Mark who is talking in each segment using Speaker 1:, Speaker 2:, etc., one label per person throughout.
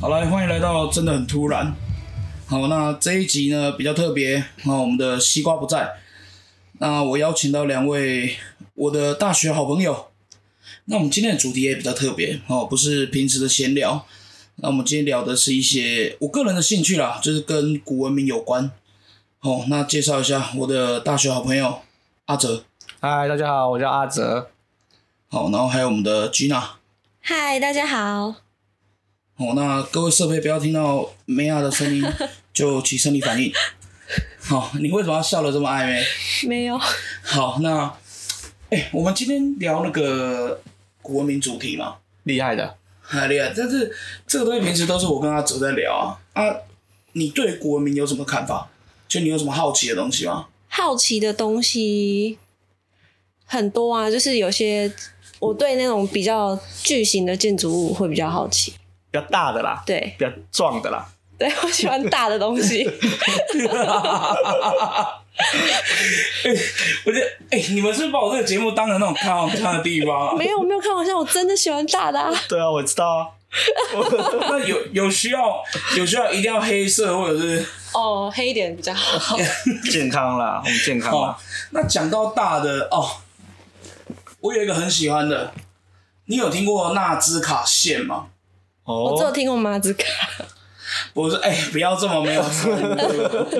Speaker 1: 好来，欢迎来到真的很突然。好，那这一集呢比较特别，那我们的西瓜不在，那我邀请到两位我的大学好朋友。那我们今天的主题也比较特别哦，不是平时的闲聊。那我们今天聊的是一些我个人的兴趣啦，就是跟古文明有关。哦，那介绍一下我的大学好朋友阿哲，
Speaker 2: 嗨，大家好，我叫阿哲。
Speaker 1: 好，然后还有我们的吉娜。
Speaker 3: 嗨，大家好。
Speaker 1: 哦，那各位设备不要听到梅亚的声 音就起生理反应。好，你为什么要笑的这么暧昧？
Speaker 3: 没有，
Speaker 1: 好，那哎、我们今天聊那个古文明主题嘛，
Speaker 2: 厉害的，
Speaker 1: 很厉害。但是这个东西平时都是我跟阿哲在聊啊啊，你对古文明有什么看法？就你有什么好奇的东西吗？
Speaker 3: 好奇的东西很多啊，就是有些我对那种比较巨型的建筑物会比较好奇。
Speaker 2: 比较大的啦，
Speaker 3: 对，
Speaker 2: 比较壮的啦。
Speaker 3: 对我喜欢大的东 西。
Speaker 1: 我觉得哎、你们是把我这个节目当成那种开黄腔的地方、啊
Speaker 3: 没有，我没有开玩笑，我真的喜欢大的、啊。
Speaker 2: 对啊，我知道啊。
Speaker 1: 那有有需要有需要一定要黑色或者是
Speaker 3: 哦，黑一点比较好。
Speaker 2: 健 康啦，我们健康
Speaker 1: 哦
Speaker 2: 啦。，
Speaker 1: 那讲到大的哦，我有一个很喜欢的，你有听过纳兹卡线吗？
Speaker 2: 哦
Speaker 3: 我只有听过马子卡，
Speaker 1: 我说，哎、不要这么没有深度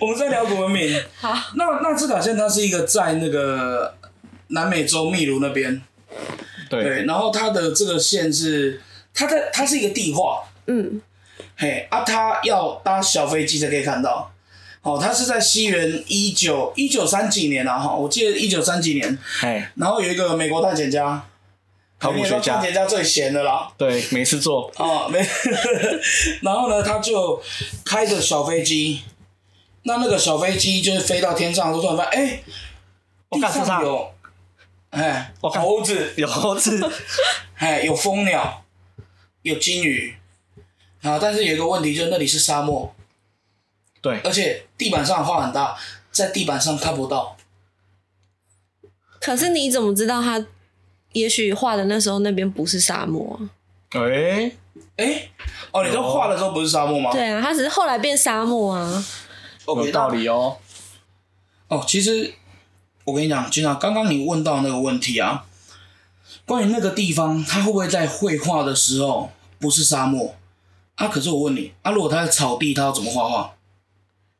Speaker 1: 我们在聊古文明。
Speaker 3: 好，
Speaker 1: 那纳兹卡线它是一个在那个南美洲秘鲁那边，
Speaker 2: 对，
Speaker 1: 对，然后它的这个线是它在它是一个地画，
Speaker 3: 嗯，
Speaker 1: 嘿，啊，它要搭小飞机才可以看到。哦，它是在西元一九一九三几年啊，哈，我记得一九三几年，
Speaker 2: 哎，
Speaker 1: 然后有一个美国探险家，
Speaker 2: 考古学
Speaker 1: 探
Speaker 2: 家，
Speaker 1: 险家最闲的啦，
Speaker 2: 对，没事做，
Speaker 1: 啊、没， 然后呢，他就开着小飞机，那那个小飞机就是飞到天上，就突然发现，哎、
Speaker 2: 我干
Speaker 1: 地
Speaker 2: 啥
Speaker 1: 上？有，哎，
Speaker 2: 我干
Speaker 1: 猴子，
Speaker 2: 有猴子，
Speaker 1: 哎，有蜂鸟，有金鱼，啊，但是有一个问题，就是那里是沙漠，
Speaker 2: 对，
Speaker 1: 而且地板上的画很大，在地板上看不到，
Speaker 3: 可是你怎么知道他？也许画的那时候那边不是沙漠啊、
Speaker 2: 哎，
Speaker 1: 哎、哦，你说画的时候不是沙漠吗？
Speaker 3: 对啊，他只是后来变沙漠啊。
Speaker 1: ，OK，
Speaker 2: 有道理哦。
Speaker 1: 哦，其实我跟你讲，局长，刚刚你问到那个问题啊，关于那个地方，它会不会在绘画的时候不是沙漠啊？可是我问你，啊，如果它是草地，它要怎么画画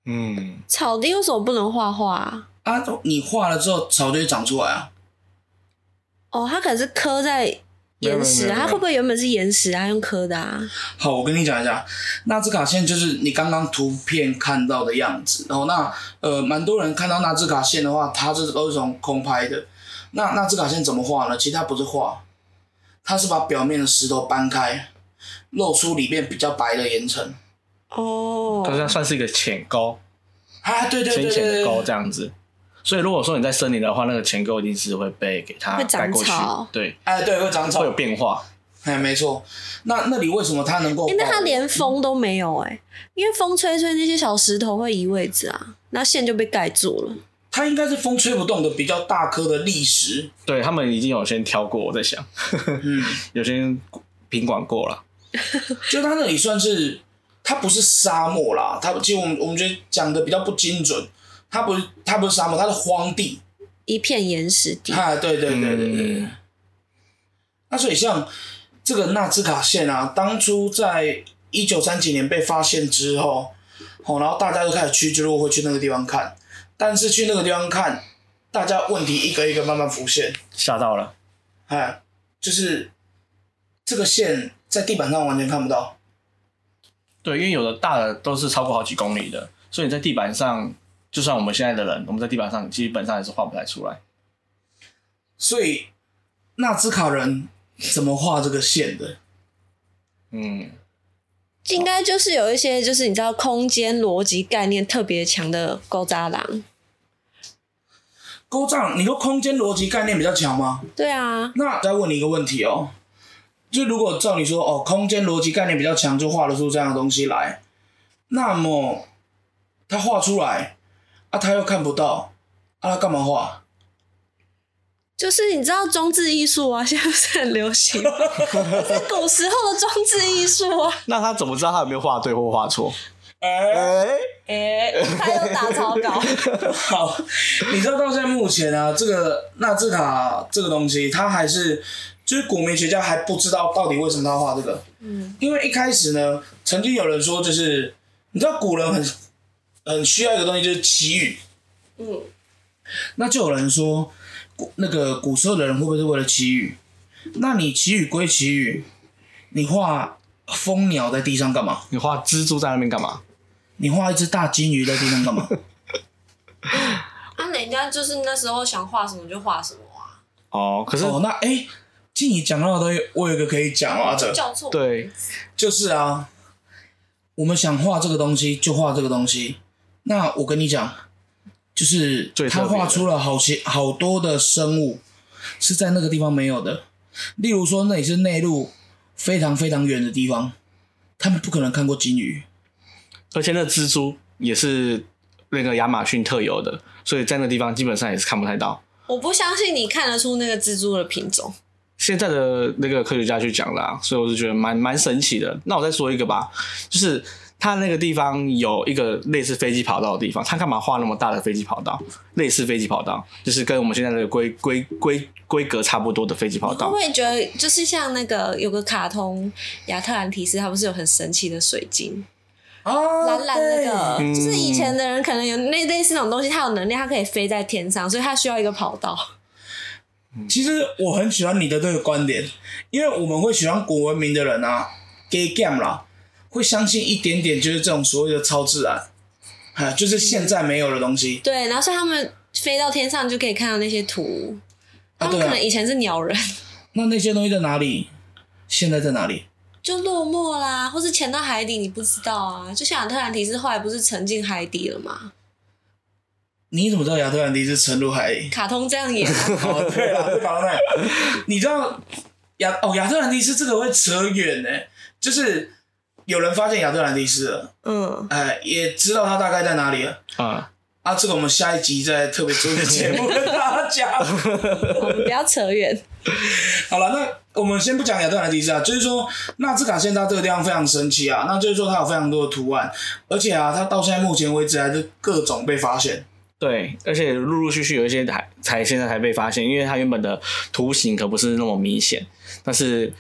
Speaker 2: 嗯，
Speaker 3: 草地为什么不能画画、啊？
Speaker 1: 啊？你画了之后，草就会长出来啊。
Speaker 3: 哦，它可能是刻在岩石
Speaker 2: 没有没有没
Speaker 3: 啊，
Speaker 2: 有
Speaker 3: 它会不会原本是岩石啊，用刻的啊？
Speaker 1: 好，我跟你讲一下，纳兹卡线就是你刚刚图片看到的样子。然后那呃，蛮多人看到纳兹卡线的话，它这都是从空拍的。那纳兹卡线怎么画呢？其实它不是画，它是把表面的石头搬开，露出里面比较白的岩层。
Speaker 2: 它
Speaker 3: 哦，
Speaker 2: 像算是一个浅沟，
Speaker 1: 啊，对对对
Speaker 2: 浅
Speaker 1: 对
Speaker 2: 浅的
Speaker 1: 对
Speaker 2: 沟这样子。所以如果说你在森林的话，那个浅沟一定是会被给它
Speaker 3: 会长
Speaker 2: 盖过去
Speaker 3: 草，
Speaker 2: 对，
Speaker 1: 哎，对，会长
Speaker 2: 会有
Speaker 1: 草，
Speaker 2: 变化。
Speaker 1: 哎，没错。那那里为什么它能够保？
Speaker 3: 哎、那它连风都没有哎、因为风吹吹那些小石头会移位置啊，那线就被盖住了。
Speaker 1: 它应该是风吹不动的比较大颗的砾石。
Speaker 2: 对他们已经有先挑过，我在想，
Speaker 1: 嗯，
Speaker 2: 有先品管过了。
Speaker 1: 就它那里算是，它不是沙漠啦，它其实我们我们觉得讲的比较不精准，它不是它不是沙漠，它是荒地。
Speaker 3: 一片岩石地，
Speaker 1: 啊， 对对对对对。
Speaker 2: 嗯
Speaker 1: 那所以像这个纳兹卡线啊，当初在一九三几年被发现之后，哦，然后大家就开始趋之若鹜去那个地方看，但是去那个地方看，大家问题一个一个慢慢浮现，
Speaker 2: 吓到了。
Speaker 1: 哎，就是这个线在地板上完全看不到，
Speaker 2: 对，因为有的大的都是超过好几公里的，所以你在地板上，就算我们现在的人，我们在地板上基本上也是画不太出来。
Speaker 1: 所以纳兹卡人怎么画这个线的？
Speaker 2: 嗯，
Speaker 3: 应该就是有一些就是你知道空间逻辑概念特别强的勾扎狼。
Speaker 1: 勾账，你说空间逻辑概念比较强吗？
Speaker 3: 对啊，
Speaker 1: 那再问你一个问题哦，就如果照你说哦，空间逻辑概念比较强，就画得出这样的东西来，那么他画出来啊，他又看不到啊，他干嘛画？
Speaker 3: 就是你知道装置艺术啊，现 在不是很流 行吗，这是古时候的装置艺术啊。
Speaker 2: 那他怎么知道他有没有画对或画错？
Speaker 1: 哎，
Speaker 2: 哎、
Speaker 3: 哎、他又打草稿，
Speaker 1: 好，你知道到现在目前啊，这个纳智塔这个东西，它还是就是古民学家还不知道到底为什么他画这个。嗯，因为一开始呢，曾经有人说，就是你知道古人很很需要一个东西，就是祈雨。
Speaker 3: 嗯，
Speaker 1: 那就有人说，古那个古时候的人会不会是为了祈雨？那你祈雨归祈雨，你画蜂鸟在地上干嘛？
Speaker 2: 你画蜘蛛在那边干嘛？
Speaker 1: 你画一只大金鱼在地上干嘛？
Speaker 3: 啊，人家就是那时候想画什么就画什么啊，
Speaker 2: 哦， 可是、
Speaker 1: 哦，那哎，诶静怡讲到的东西，我有一个可以讲啊，这
Speaker 3: 叫错，
Speaker 2: 对，
Speaker 1: 就是啊，我们想画这个东西就画这个东西。那我跟你讲，就是
Speaker 2: 最
Speaker 1: 他
Speaker 2: 特别的
Speaker 1: 画出了好些好多的生物是在那个地方没有的，例如说那里是内陆非常非常远的地方，他们不可能看过金鱼。
Speaker 2: 而且那蜘蛛也是那个亚马逊特有的，所以在那地方基本上也是看不太到。
Speaker 3: 我不相信你看得出那个蜘蛛的品种。
Speaker 2: 现在的那个科学家去讲啦、所以我就觉得蛮蛮神奇的。那我再说一个吧，就是他那个地方有一个类似飞机跑道的地方，他干嘛画那么大的飞机跑道？类似飞机跑道，就是跟我们现在的规规规规格差不多的飞机跑
Speaker 3: 会不
Speaker 2: 道。
Speaker 3: 会觉得就是像那个有个卡通亚特兰提斯，它不是有很神奇的水晶，
Speaker 1: 啊，
Speaker 3: 蓝蓝那
Speaker 2: 对
Speaker 3: 个，
Speaker 2: 嗯
Speaker 3: 就是以前的人可能有那类似那种东西，它有能量，它可以飞在天上，所以它需要一个跑道。
Speaker 1: 对。其实我很喜欢你的这个观点，因为我们会喜欢古文明的人啊，gay game 啦，会相信一点点就是这种所谓的超自然，啊，就是现在没有的东西
Speaker 3: 对，然后所以他们飞到天上就可以看到那些图。
Speaker 1: 啊。
Speaker 3: 他们
Speaker 1: 对
Speaker 3: 可
Speaker 1: 啊
Speaker 3: 能，以前是鸟人，
Speaker 1: 那那些东西在哪里？现在在哪里？
Speaker 3: 就落寞啦，或是潜到海底，你不知道啊。就像亚特兰提斯后来不是沉进海底了吗？？
Speaker 1: 你怎么知道亚特兰蒂斯沉入海里
Speaker 3: 卡通这样演啊，
Speaker 1: 哦，对了，对吧？你知道亚哦亚特兰蒂斯这个会扯远呢、就是有人发现亚特兰蒂斯了，
Speaker 3: 嗯，
Speaker 1: 哎、也知道它大概在哪里了。
Speaker 2: 啊、
Speaker 1: 啊，这个我们下一集再特别做一个节目跟大家 讲。
Speaker 3: 我们不要扯远。
Speaker 1: 好了，那我们先不讲亚特兰蒂斯啊，就是说纳兹卡线它这个地方非常神奇啊，那就是说它有非常多的图案，而且啊，它到现在目前为止还是各种被发现。
Speaker 2: 对，而且陆陆续续有一些才才现在才被发现，因为它原本的图形可不是那么明显，但是。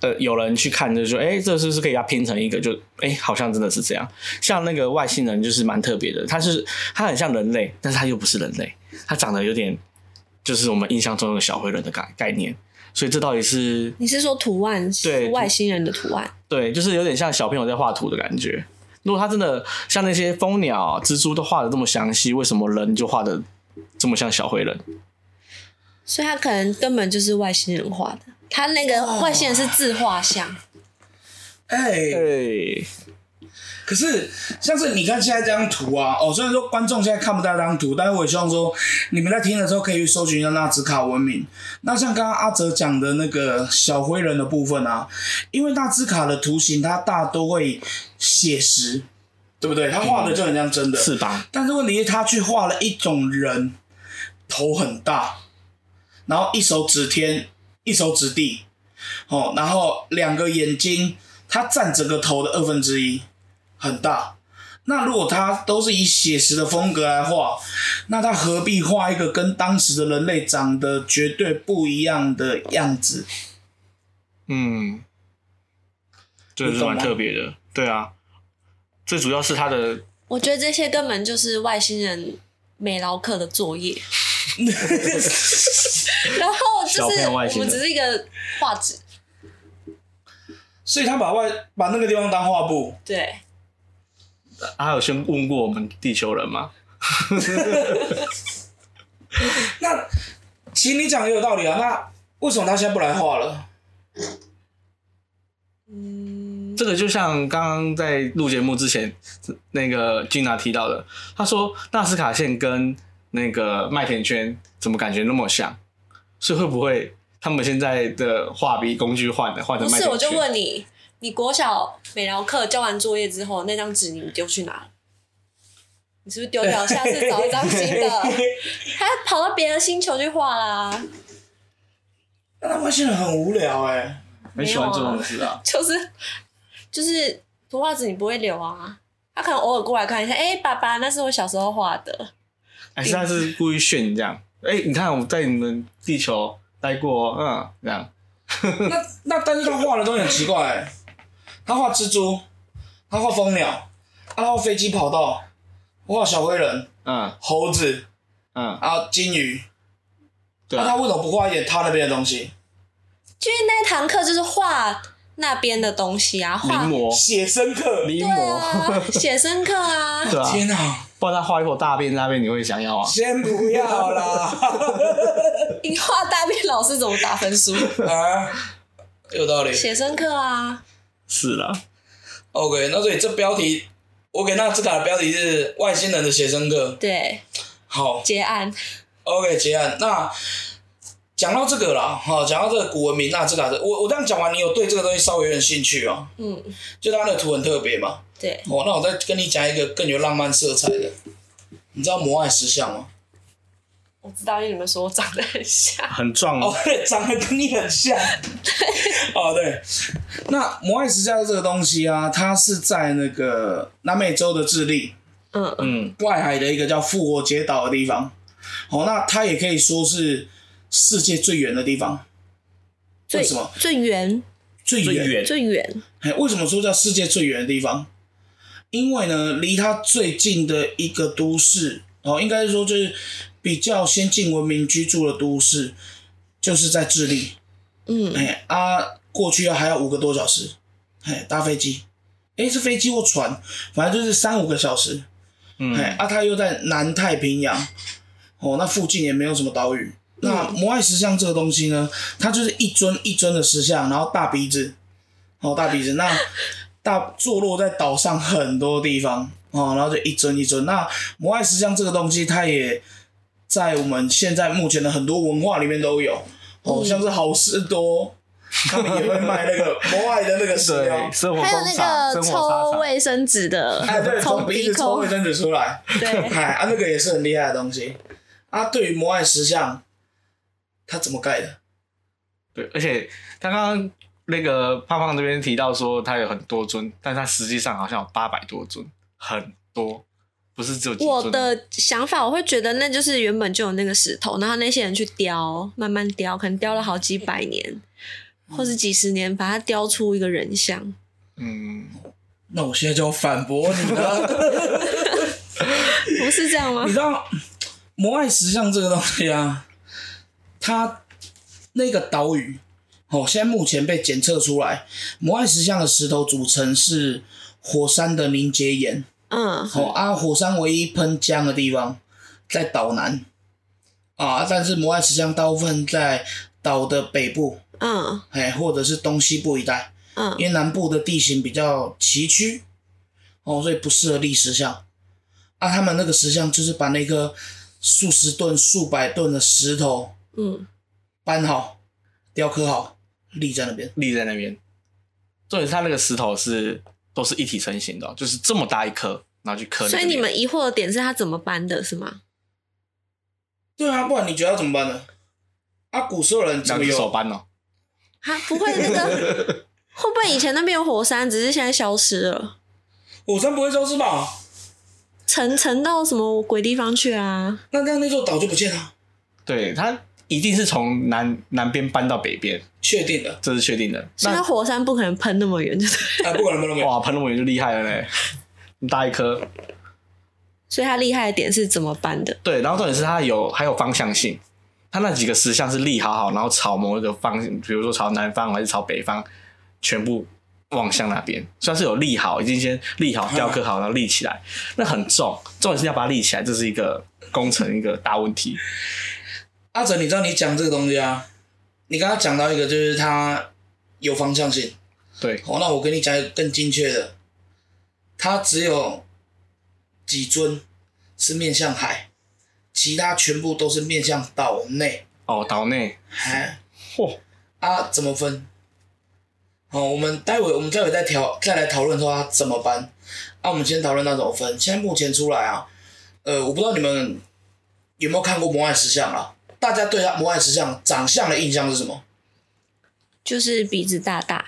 Speaker 2: 呃，有人去看就说，哎、这是不是可以把它拼成一个？就哎、好像真的是这样。像那个外星人就是蛮特别的，他是他很像人类，但是他又不是人类，他长得有点就是我们印象中的小灰人的概概念。所以这到底是
Speaker 3: 你是说图案？
Speaker 2: 对
Speaker 3: 是外星人的图案。
Speaker 2: 对，就是有点像小朋友在画图的感觉。如果他真的像那些蜂鸟、啊蜘蛛都画的这么详细，为什么人就画的这么像小灰人？
Speaker 3: 所以他可能根本就是外星人画的，他那个外星人是自画像，
Speaker 1: 哎、
Speaker 2: 对，
Speaker 1: 可是，像是你看现在这张图啊，哦，虽然说观众现在看不到这张图，但是我也希望说你们在听的时候可以去搜寻一下纳兹卡文明。那像刚刚阿哲讲的那个小灰人的部分啊，因为纳兹卡的图形它大都会写实，对不对？他画的就很像真的。
Speaker 2: 翅膀，
Speaker 1: 但是问题是，他去画了一种人，头很大，然后一手指天，一手指地，哦，然后两个眼睛，它占整个头的二分之一，很大。那如果他都是以写实的风格来画，那他何必画一个跟当时的人类长得绝对不一样的样子？
Speaker 2: 嗯，这
Speaker 1: 你
Speaker 2: 是
Speaker 1: 懂吗
Speaker 2: 蛮特别的。对啊，最主要是他的
Speaker 3: 我觉得这些根本就是外星人美劳课的作 业。然后
Speaker 2: 小
Speaker 3: 就
Speaker 2: 朋
Speaker 3: 是
Speaker 2: 友外
Speaker 3: 我
Speaker 2: 星人
Speaker 3: 们只是一个画纸，
Speaker 1: 所以他把外把那个地方当画布，
Speaker 3: 对，
Speaker 2: 阿有先问过我们地球人吗？
Speaker 1: 那其实你讲也有道理啊。那为什么他现在不来画了？
Speaker 3: 嗯，
Speaker 2: 这个就像刚刚在录节目之前，那个君娜提到的，她说纳斯卡线跟那个麦田圈怎么感觉那么像？所以会不会他们现在的画笔工具换了，换成
Speaker 3: 不
Speaker 2: 麦
Speaker 3: 是，
Speaker 2: 田
Speaker 3: 我就
Speaker 2: 圈？
Speaker 3: 问你，你国小美劳课交完作业之后，那张纸你丢去哪了？你是不是丢掉？下次找一张新的。他跑到别的星球去画啦。
Speaker 1: 但他发现很无聊哎、
Speaker 2: 很喜欢做这种事啊。
Speaker 3: 就是就是图画纸你不会留啊，他可能偶尔过来看一下，哎、爸爸，那是我小时候画的，
Speaker 2: 还是他是故意炫你这样？哎、你看我在你们地球待过哦，嗯，这样。
Speaker 1: 那那但是他画的都很奇怪、欸，他画蜘蛛，他画蜂鸟，啊他画飞机跑道，画小灰人、
Speaker 2: 嗯
Speaker 1: 猴子
Speaker 2: 嗯，
Speaker 1: 啊金鱼，
Speaker 2: 对
Speaker 1: 那、他
Speaker 2: 啊，
Speaker 1: 为什么不画一点他那边的东西？
Speaker 3: 就是那堂课就是画那边的东西啊，
Speaker 2: 临
Speaker 3: 画
Speaker 2: 摹，
Speaker 1: 写生课，
Speaker 2: 临
Speaker 3: 对
Speaker 2: 摹，
Speaker 3: 啊，写生课啊，
Speaker 2: 对 啊，
Speaker 1: 天哪、啊，
Speaker 2: 不然他画一口大便，大便你会想要啊？
Speaker 1: 先不要 啦，
Speaker 3: 你画大便老师怎么打分数？
Speaker 1: 啊，有道理。
Speaker 3: 写生课啊，
Speaker 2: 是啦，
Speaker 1: OK，那所以这标题，我给纳斯卡的标题是外星人的写生课。
Speaker 3: 对，
Speaker 1: 好，
Speaker 3: 结案，
Speaker 1: OK，结案。那讲到这个啦，哈、讲到这个古文明纳兹卡的，我我这样讲完，你有对这个东西稍微有点兴趣哦？
Speaker 3: 嗯，
Speaker 1: 就它的图很特别嘛。
Speaker 3: 对，
Speaker 1: 哦，那我再跟你讲一个更有浪漫色彩的，你知道摩艾石像吗？
Speaker 3: 我知道，因为你们说我长得很像，
Speaker 2: 很壮
Speaker 1: 哦
Speaker 2: 哦，，
Speaker 1: 对，长得跟你很像。 哦，对。那摩艾石像这个东西啊，它是在那个南美洲的智利，
Speaker 3: 嗯嗯，
Speaker 2: 嗯，
Speaker 1: 外海的一个叫复活节岛的地方。哦，那它也可以说是世界最远的地方。
Speaker 3: 最
Speaker 1: 为什么
Speaker 3: 最圆
Speaker 1: 最
Speaker 2: 最
Speaker 1: 远？
Speaker 2: 远
Speaker 3: 最圆，
Speaker 1: 哎，为什么说叫世界最远的地方？因为呢，离它最近的一个都市，哦，应该是说就是比较先进文明居住的都市，就是在智利。
Speaker 3: 嗯，
Speaker 1: 哎啊，过去还要五个多小时，哎，搭飞机，哎，是飞机或船，反正就是三五个小时。
Speaker 2: 嗯
Speaker 1: 哎，啊，它又在南太平洋，哦，那附近也没有什么岛屿。那摩艾石像这个东西呢，它就是一尊一尊的石像，然后大鼻子，哦，大鼻子，那大坐落在岛上很多地方哦，然后就一尊一尊。那摩艾石像这个东西，它也在我们现在目前的很多文化里面都有哦，像是好事多，他们也会卖那个摩艾的那个石雕
Speaker 2: 对，，生活
Speaker 3: 还有
Speaker 2: 工
Speaker 3: 那
Speaker 2: 厂，
Speaker 3: 个
Speaker 2: 生活沙
Speaker 3: 抽
Speaker 2: 场，
Speaker 3: 卫生纸的
Speaker 1: 哎， 对，，从
Speaker 3: 从
Speaker 1: 鼻子抽
Speaker 3: 孔
Speaker 1: 卫，生纸出来。
Speaker 3: 对，
Speaker 1: 哎，啊，那个也是很厉害的东西。啊，对于摩艾石像，它怎么盖的？
Speaker 2: 对，而且刚刚那个胖胖这边提到说他有很多尊，但他实际上好像有八百多尊，很多，不是 只有几尊。
Speaker 3: 我的想法，我会觉得那就是原本就有那个石头，然后那些人去雕，慢慢雕，可能雕了好几百年，或是几十年，把它雕出一个人像。
Speaker 2: 嗯，
Speaker 1: 那我现在就要反驳你 了。
Speaker 3: 不是这样吗
Speaker 1: 你？知道摩艾石像这个东西啊，它那个岛屿，哦，现在目前被检测出来，摩艾石像的石头组成是火山的凝结岩。
Speaker 3: 嗯，
Speaker 1: 哦啊，火山唯一喷浆的地方在岛南啊，但是摩艾石像大部分在岛的北部，
Speaker 3: 嗯
Speaker 1: 哎，或者是东西部一带。
Speaker 3: 嗯
Speaker 1: 因为南部的地形比较崎岖，哦，所以不适合立石像。啊，他们那个石像就是把那个数十吨、数百吨的石头
Speaker 3: 嗯，
Speaker 1: 搬好、雕刻好，立在那边。
Speaker 2: 立在那边。重点是它那个石头是都是一体成型的哦、就是这么大一颗，然后去刻那个
Speaker 3: 所
Speaker 2: 脸。
Speaker 3: 以你们疑惑的点是他怎么搬的，是吗？
Speaker 1: 对啊，不然你觉得要怎么办呢？啊，古时候人怎
Speaker 2: 两
Speaker 1: 么
Speaker 2: 只手
Speaker 1: 有？
Speaker 2: 搬哦、
Speaker 3: 啊，不会那个 会不会以前那边有火山，只是现在消失了，
Speaker 1: 火山不会消失吧？
Speaker 3: 沉沉到什么鬼地方去啊？
Speaker 1: 那那那座岛就不见了，
Speaker 2: 对，它一定是从南南边搬到北边，
Speaker 1: 确定的。
Speaker 2: 这是确定的。
Speaker 3: 所以那
Speaker 2: 那
Speaker 3: 火山不可能喷那么远，就是
Speaker 1: 啊，不管能不 能，
Speaker 2: 哇，喷那么远就厉害了嘞，很大一颗。
Speaker 3: 所以他厉害的点是怎么搬的？
Speaker 2: 对，然后重点是它有还有方向性，它那几个石像是立好好，然后朝某一个方向，比如说朝南方还是朝北方，全部望向那边。虽然是有立好，已经先立好、雕刻好，然后立起来，那很重，重点是要把它立起来，这是一个工程一个大问题。
Speaker 1: 阿哲，你知道你讲这个东西啊？你刚刚讲到一个，就是它有方向性。
Speaker 2: 对，
Speaker 1: 好，那我跟你讲一个更精确的，它只有几尊是面向海，其他全部都是面向岛内。
Speaker 2: 哦，岛内，
Speaker 1: 哎，
Speaker 2: 嚯、
Speaker 1: 啊，怎么分？好，我们待会我们待会再调再来讨论说它怎么搬。啊，我们先讨论到怎么分。现在目前出来啊，呃，我不知道你们有没有看过《魔幻石像》啊？大家对它《魔幻石像》长相的印象是什么？
Speaker 3: 就是鼻子大大，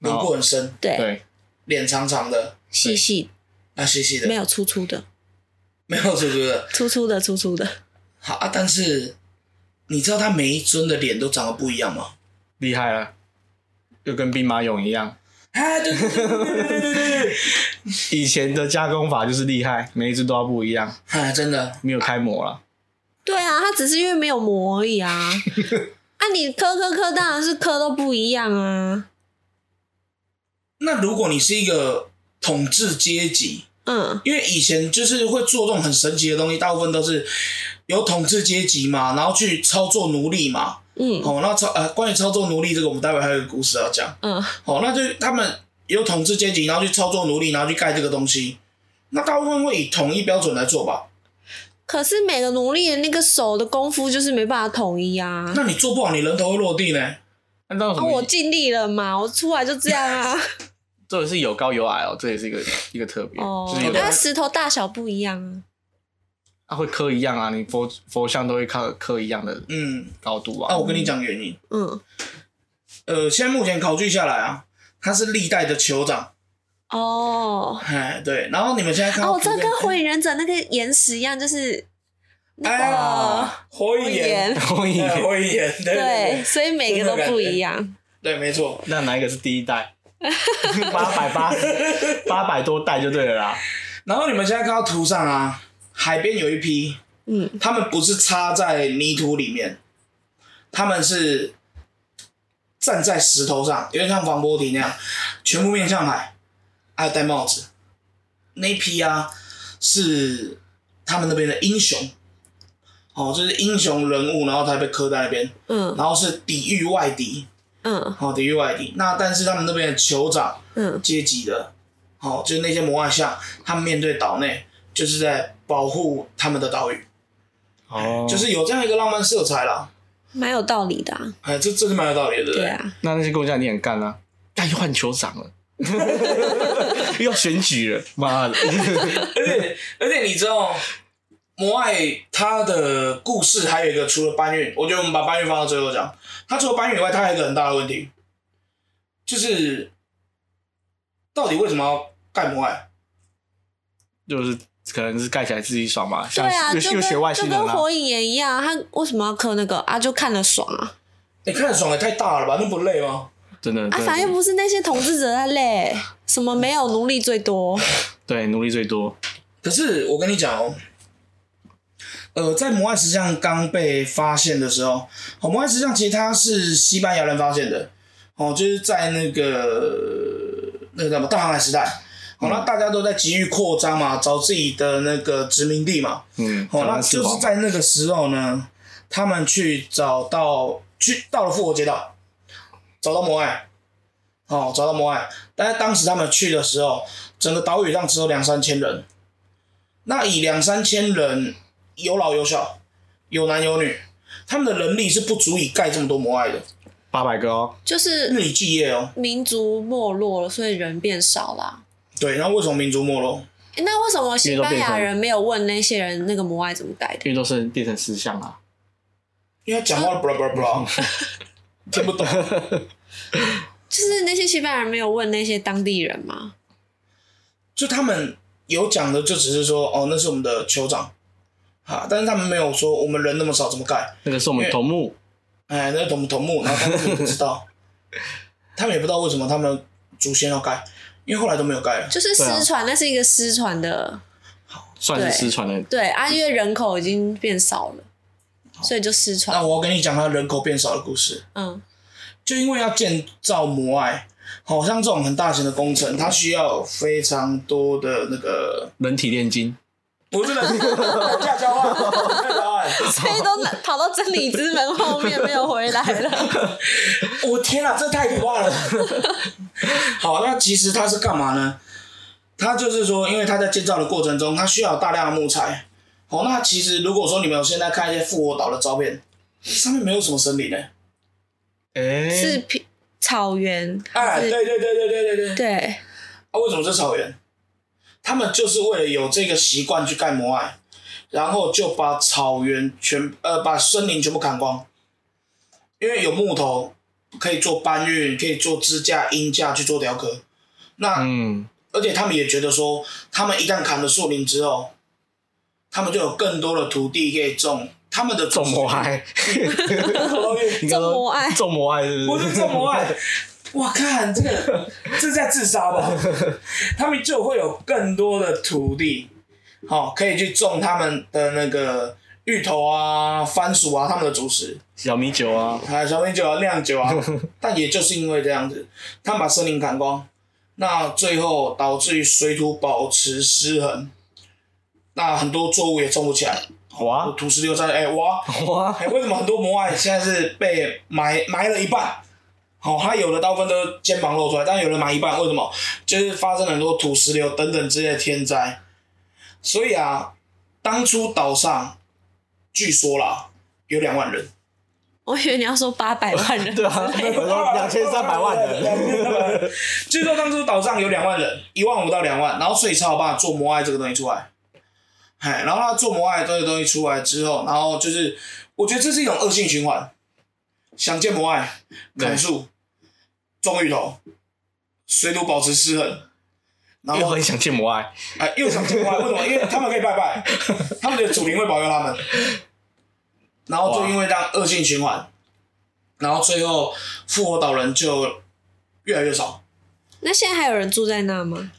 Speaker 1: 轮廓很深，
Speaker 3: 对，
Speaker 2: 对，
Speaker 1: 脸长长的，
Speaker 3: 哦细细
Speaker 1: 啊细细的，
Speaker 3: 没
Speaker 1: 没有
Speaker 3: 有粗粗的，
Speaker 1: 没有是不是？
Speaker 3: 粗粗的粗粗的，
Speaker 1: 好啊，但是你知道他每一尊的脸都长得不一样吗？
Speaker 2: 厉害了，就跟兵马俑一样，
Speaker 1: 啊，对对对对对对对对对，
Speaker 2: 以前的加工法就是厉害，每一只都要不一样，
Speaker 1: 啊，真的，
Speaker 2: 没有开模了。
Speaker 3: 对啊，它只是因为没有膜而 已啊。啊，你磕磕磕，当然是磕都不一样啊。
Speaker 1: 那如果你是一个统治阶级，
Speaker 3: 嗯，
Speaker 1: 因为以前就是会做这种很神奇的东西，大部分都是有统治阶级嘛，然后去操作奴隶嘛。
Speaker 3: 嗯
Speaker 1: 哦，那操呃，关于操作奴隶这个，我们待会还有一个故事要讲。
Speaker 3: 嗯，
Speaker 1: 哦，那就他们有统治阶级，然后去操作奴隶，然后去盖这个东西。那大部分会以统一标准来做吧？
Speaker 3: 可是每个奴隶的那个手的功夫就是没办法统一啊。
Speaker 1: 那你做不好，你人头会落地呢。
Speaker 2: 那到底什
Speaker 3: 啊，
Speaker 2: 么意
Speaker 3: 我
Speaker 2: 思？
Speaker 3: 尽力了嘛，我出来就这样 啊。
Speaker 2: 这个是有高有矮哦，这也是一个一个特别，
Speaker 3: 哦
Speaker 2: 就是有，的
Speaker 3: 那石头大小不一样啊。
Speaker 2: 它会刻一样啊，你佛佛像都会刻刻一样的
Speaker 1: 嗯，
Speaker 2: 高度啊。
Speaker 1: 那、我跟你讲原因。
Speaker 3: 嗯，
Speaker 1: 呃，现在目前考据下来啊，他是历代的酋长。
Speaker 3: 哦，
Speaker 1: 哎，对。然后你们现在看到
Speaker 3: 哦，
Speaker 1: 图
Speaker 3: 这
Speaker 1: 片，
Speaker 3: 跟火影忍者那个岩石一样，就是
Speaker 1: 哎，火
Speaker 3: 哦火
Speaker 1: 影
Speaker 3: 影
Speaker 1: 岩，
Speaker 2: 同意。
Speaker 1: 哎火影岩， 对对对
Speaker 3: 对，所以每个都不一样。
Speaker 1: 对，没错。
Speaker 2: 那哪一个是第一 代？八百八八百多代就对了啦。
Speaker 1: 然后你们现在看到图上啊，海边有一批，
Speaker 3: 嗯，
Speaker 1: 他们不是插在泥土里面，他们是站在石头上，有点像防波堤那样，全部面向海，还有戴帽子。那一批啊，是他们那边的英雄，哦，就是英雄人物，然后才被刻在那边，
Speaker 3: 嗯
Speaker 1: 然后是抵御外敌，
Speaker 3: 嗯
Speaker 1: 哦，抵御外敌。那但是他们那边的酋长，
Speaker 3: 嗯
Speaker 1: 阶级的，好、就是那些摩艾像，他们面对岛内，就是在保护他们的岛屿，
Speaker 2: 哦
Speaker 1: 就是有这样一个浪漫色彩啦。
Speaker 3: 蛮有道理的、啊。
Speaker 1: 哎，这这是蛮有道理的，对不
Speaker 3: 对
Speaker 1: 对？
Speaker 3: 啊，
Speaker 2: 那那些工匠你很干啊，但又换酋长了， 又要选举了，妈的！
Speaker 1: 而且而且你知道，摩艾他的故事还有一个，除了搬运，我觉得我们把搬运放到最后讲。他除了搬运以外，他还有一个很大的问题，就是到底为什么要盖摩艾？
Speaker 2: 就是可能是盖起来自己爽嘛，
Speaker 3: 对
Speaker 2: 像
Speaker 3: 啊，
Speaker 2: 又
Speaker 3: 就
Speaker 2: 又
Speaker 3: 跟
Speaker 2: 学外
Speaker 3: 就
Speaker 2: 星人
Speaker 3: 跟
Speaker 2: 啊，
Speaker 3: 火影也一样，他为什么要磕那个啊？就看了爽啊！
Speaker 1: 你看得爽也太大了吧？那不累吗？
Speaker 2: 真的
Speaker 3: 啊，
Speaker 2: 真
Speaker 3: 反正
Speaker 2: 的
Speaker 3: 又不是那些统治者在累，什么没有奴隶最多。
Speaker 2: 对奴隶最多，
Speaker 1: 可是我跟你讲哦，呃，在摩艾石像刚被发现的时候，哦，摩艾石像其实它是西班牙人发现的，哦，就是在那个那个叫什么大航海时代，哦，那大家都在急于扩张嘛，找自己的那个殖民地嘛，
Speaker 2: 嗯，
Speaker 1: 哦，
Speaker 2: 长
Speaker 1: 那
Speaker 2: 安四
Speaker 1: 就是
Speaker 2: 王
Speaker 1: 在那个时候呢，他们去找到去到了复活节岛，找到摩艾，哦，找到摩艾。但是当时他们去的时候，整个岛屿上只有两三千人。那以两三千人，有老有小，有男有女，他们的人力是不足以盖这么多摩艾的，
Speaker 2: 八百个哦，
Speaker 3: 就是
Speaker 1: 日以继夜哦。
Speaker 3: 民族没落了，所以人变少啦。
Speaker 1: 对，然后为什么民族没落？
Speaker 3: 诶那为什么西班
Speaker 2: 因为都变
Speaker 3: 牙
Speaker 2: 成
Speaker 3: 人没有问那些人那个摩艾怎么改的？
Speaker 2: 因为都是变成石像啊，
Speaker 1: 因为他讲话不啦不啦不啦，听不懂。
Speaker 3: 就是那些西班牙人没有问那些当地人吗？
Speaker 1: 就他们有讲的，就只是说哦，那是我们的酋长，啊，但是他们没有说我们人那么少怎么盖，
Speaker 2: 那个是我
Speaker 1: 因
Speaker 2: 们
Speaker 1: 为
Speaker 2: 头目，
Speaker 1: 哎，那头头目，然后他们也不知道，他们也不知道为什么他们祖先要盖，因为后来都没有盖了。
Speaker 3: 就是
Speaker 2: 对啊
Speaker 3: 失传，那是一个失传的，
Speaker 2: 算
Speaker 3: 对
Speaker 2: 是失传的，
Speaker 3: 对啊，因为人口已经变少了，
Speaker 1: 哦
Speaker 3: 所以就失传。
Speaker 1: 那我要跟你讲他人口变少的故事，
Speaker 3: 嗯
Speaker 1: 就因为要建造摩艾，好、像这种很大型的工程，它需要非常多的那个，
Speaker 2: 人体炼金，
Speaker 1: 不是人架交换，架交换。
Speaker 3: 所以都跑到真理之门后面没有回 来了。
Speaker 1: 我天啊，这太可怕了！好，那其实它是干嘛呢？它就是说，因为它在建造的过程中，它需要有大量的木材。哦，那其实如果说你们有现在看一些复活岛的照片，上面没有什么森林呢、
Speaker 2: 哎，
Speaker 3: 是平草原
Speaker 1: 哎，
Speaker 3: 还
Speaker 1: 对
Speaker 3: 是？
Speaker 1: 对对对对对对。
Speaker 3: 对，
Speaker 1: 啊，为什么是草原？他们就是为了有这个习惯去盖摩艾，然后就把草原全呃把森林全部砍光，因为有木头可以做搬运，可以做支架、鹰架去做雕刻。那、
Speaker 2: 嗯，
Speaker 1: 而且他们也觉得说，他们一旦砍了树林之后，他们就有更多的土地可以种他们的祖
Speaker 2: 种
Speaker 1: 先
Speaker 2: 魔，爱，你刚
Speaker 3: 种
Speaker 2: 说
Speaker 3: 魔爱
Speaker 2: 种魔爱是
Speaker 1: 不
Speaker 2: 不
Speaker 1: 是
Speaker 2: 是？
Speaker 1: 种魔爱。我看这个，这是在自杀吧？他们就会有更多的土地，好、可以去种他们的那个芋头啊、番薯啊，他们的主食。
Speaker 2: 小米酒啊，
Speaker 1: 啊，小米酒啊，酿酒啊，但也就是因为这样子，他们把森林砍光，那最后导致于水土保持失衡，那很多作物也种不起来，
Speaker 2: 哇
Speaker 1: 土石流灾，哎、哇，
Speaker 2: 哇
Speaker 1: 哎、为什么很多摩艾现在是被埋埋了一半？好、它有的大部分都肩膀露出来，但有人埋一半，为什么？就是发生了很多土石流等等之类的天灾，所以啊，当初岛上据说啦有两万人。
Speaker 3: 我以为你要说八百万人，
Speaker 2: 对啊，两千三百万人，
Speaker 1: 人，据说当初岛上有两万人，一万五到两万，然后所以才有办法做摩艾这个东西出来。哎，然后他做摩艾这个东西出来之后，然后就是，我觉得这是一种恶性循环。想见摩艾，砍树，种芋头，水土保持失衡，然
Speaker 2: 又
Speaker 1: 后
Speaker 2: 很想见魔爱，
Speaker 1: 哎又想见摩艾，为什么？因为他们可以拜 拜，他们的祖灵会保佑他们。然后就因为这样恶性循环，然后最后复活岛人就越来越少。
Speaker 3: 那现在还有人住在那吗？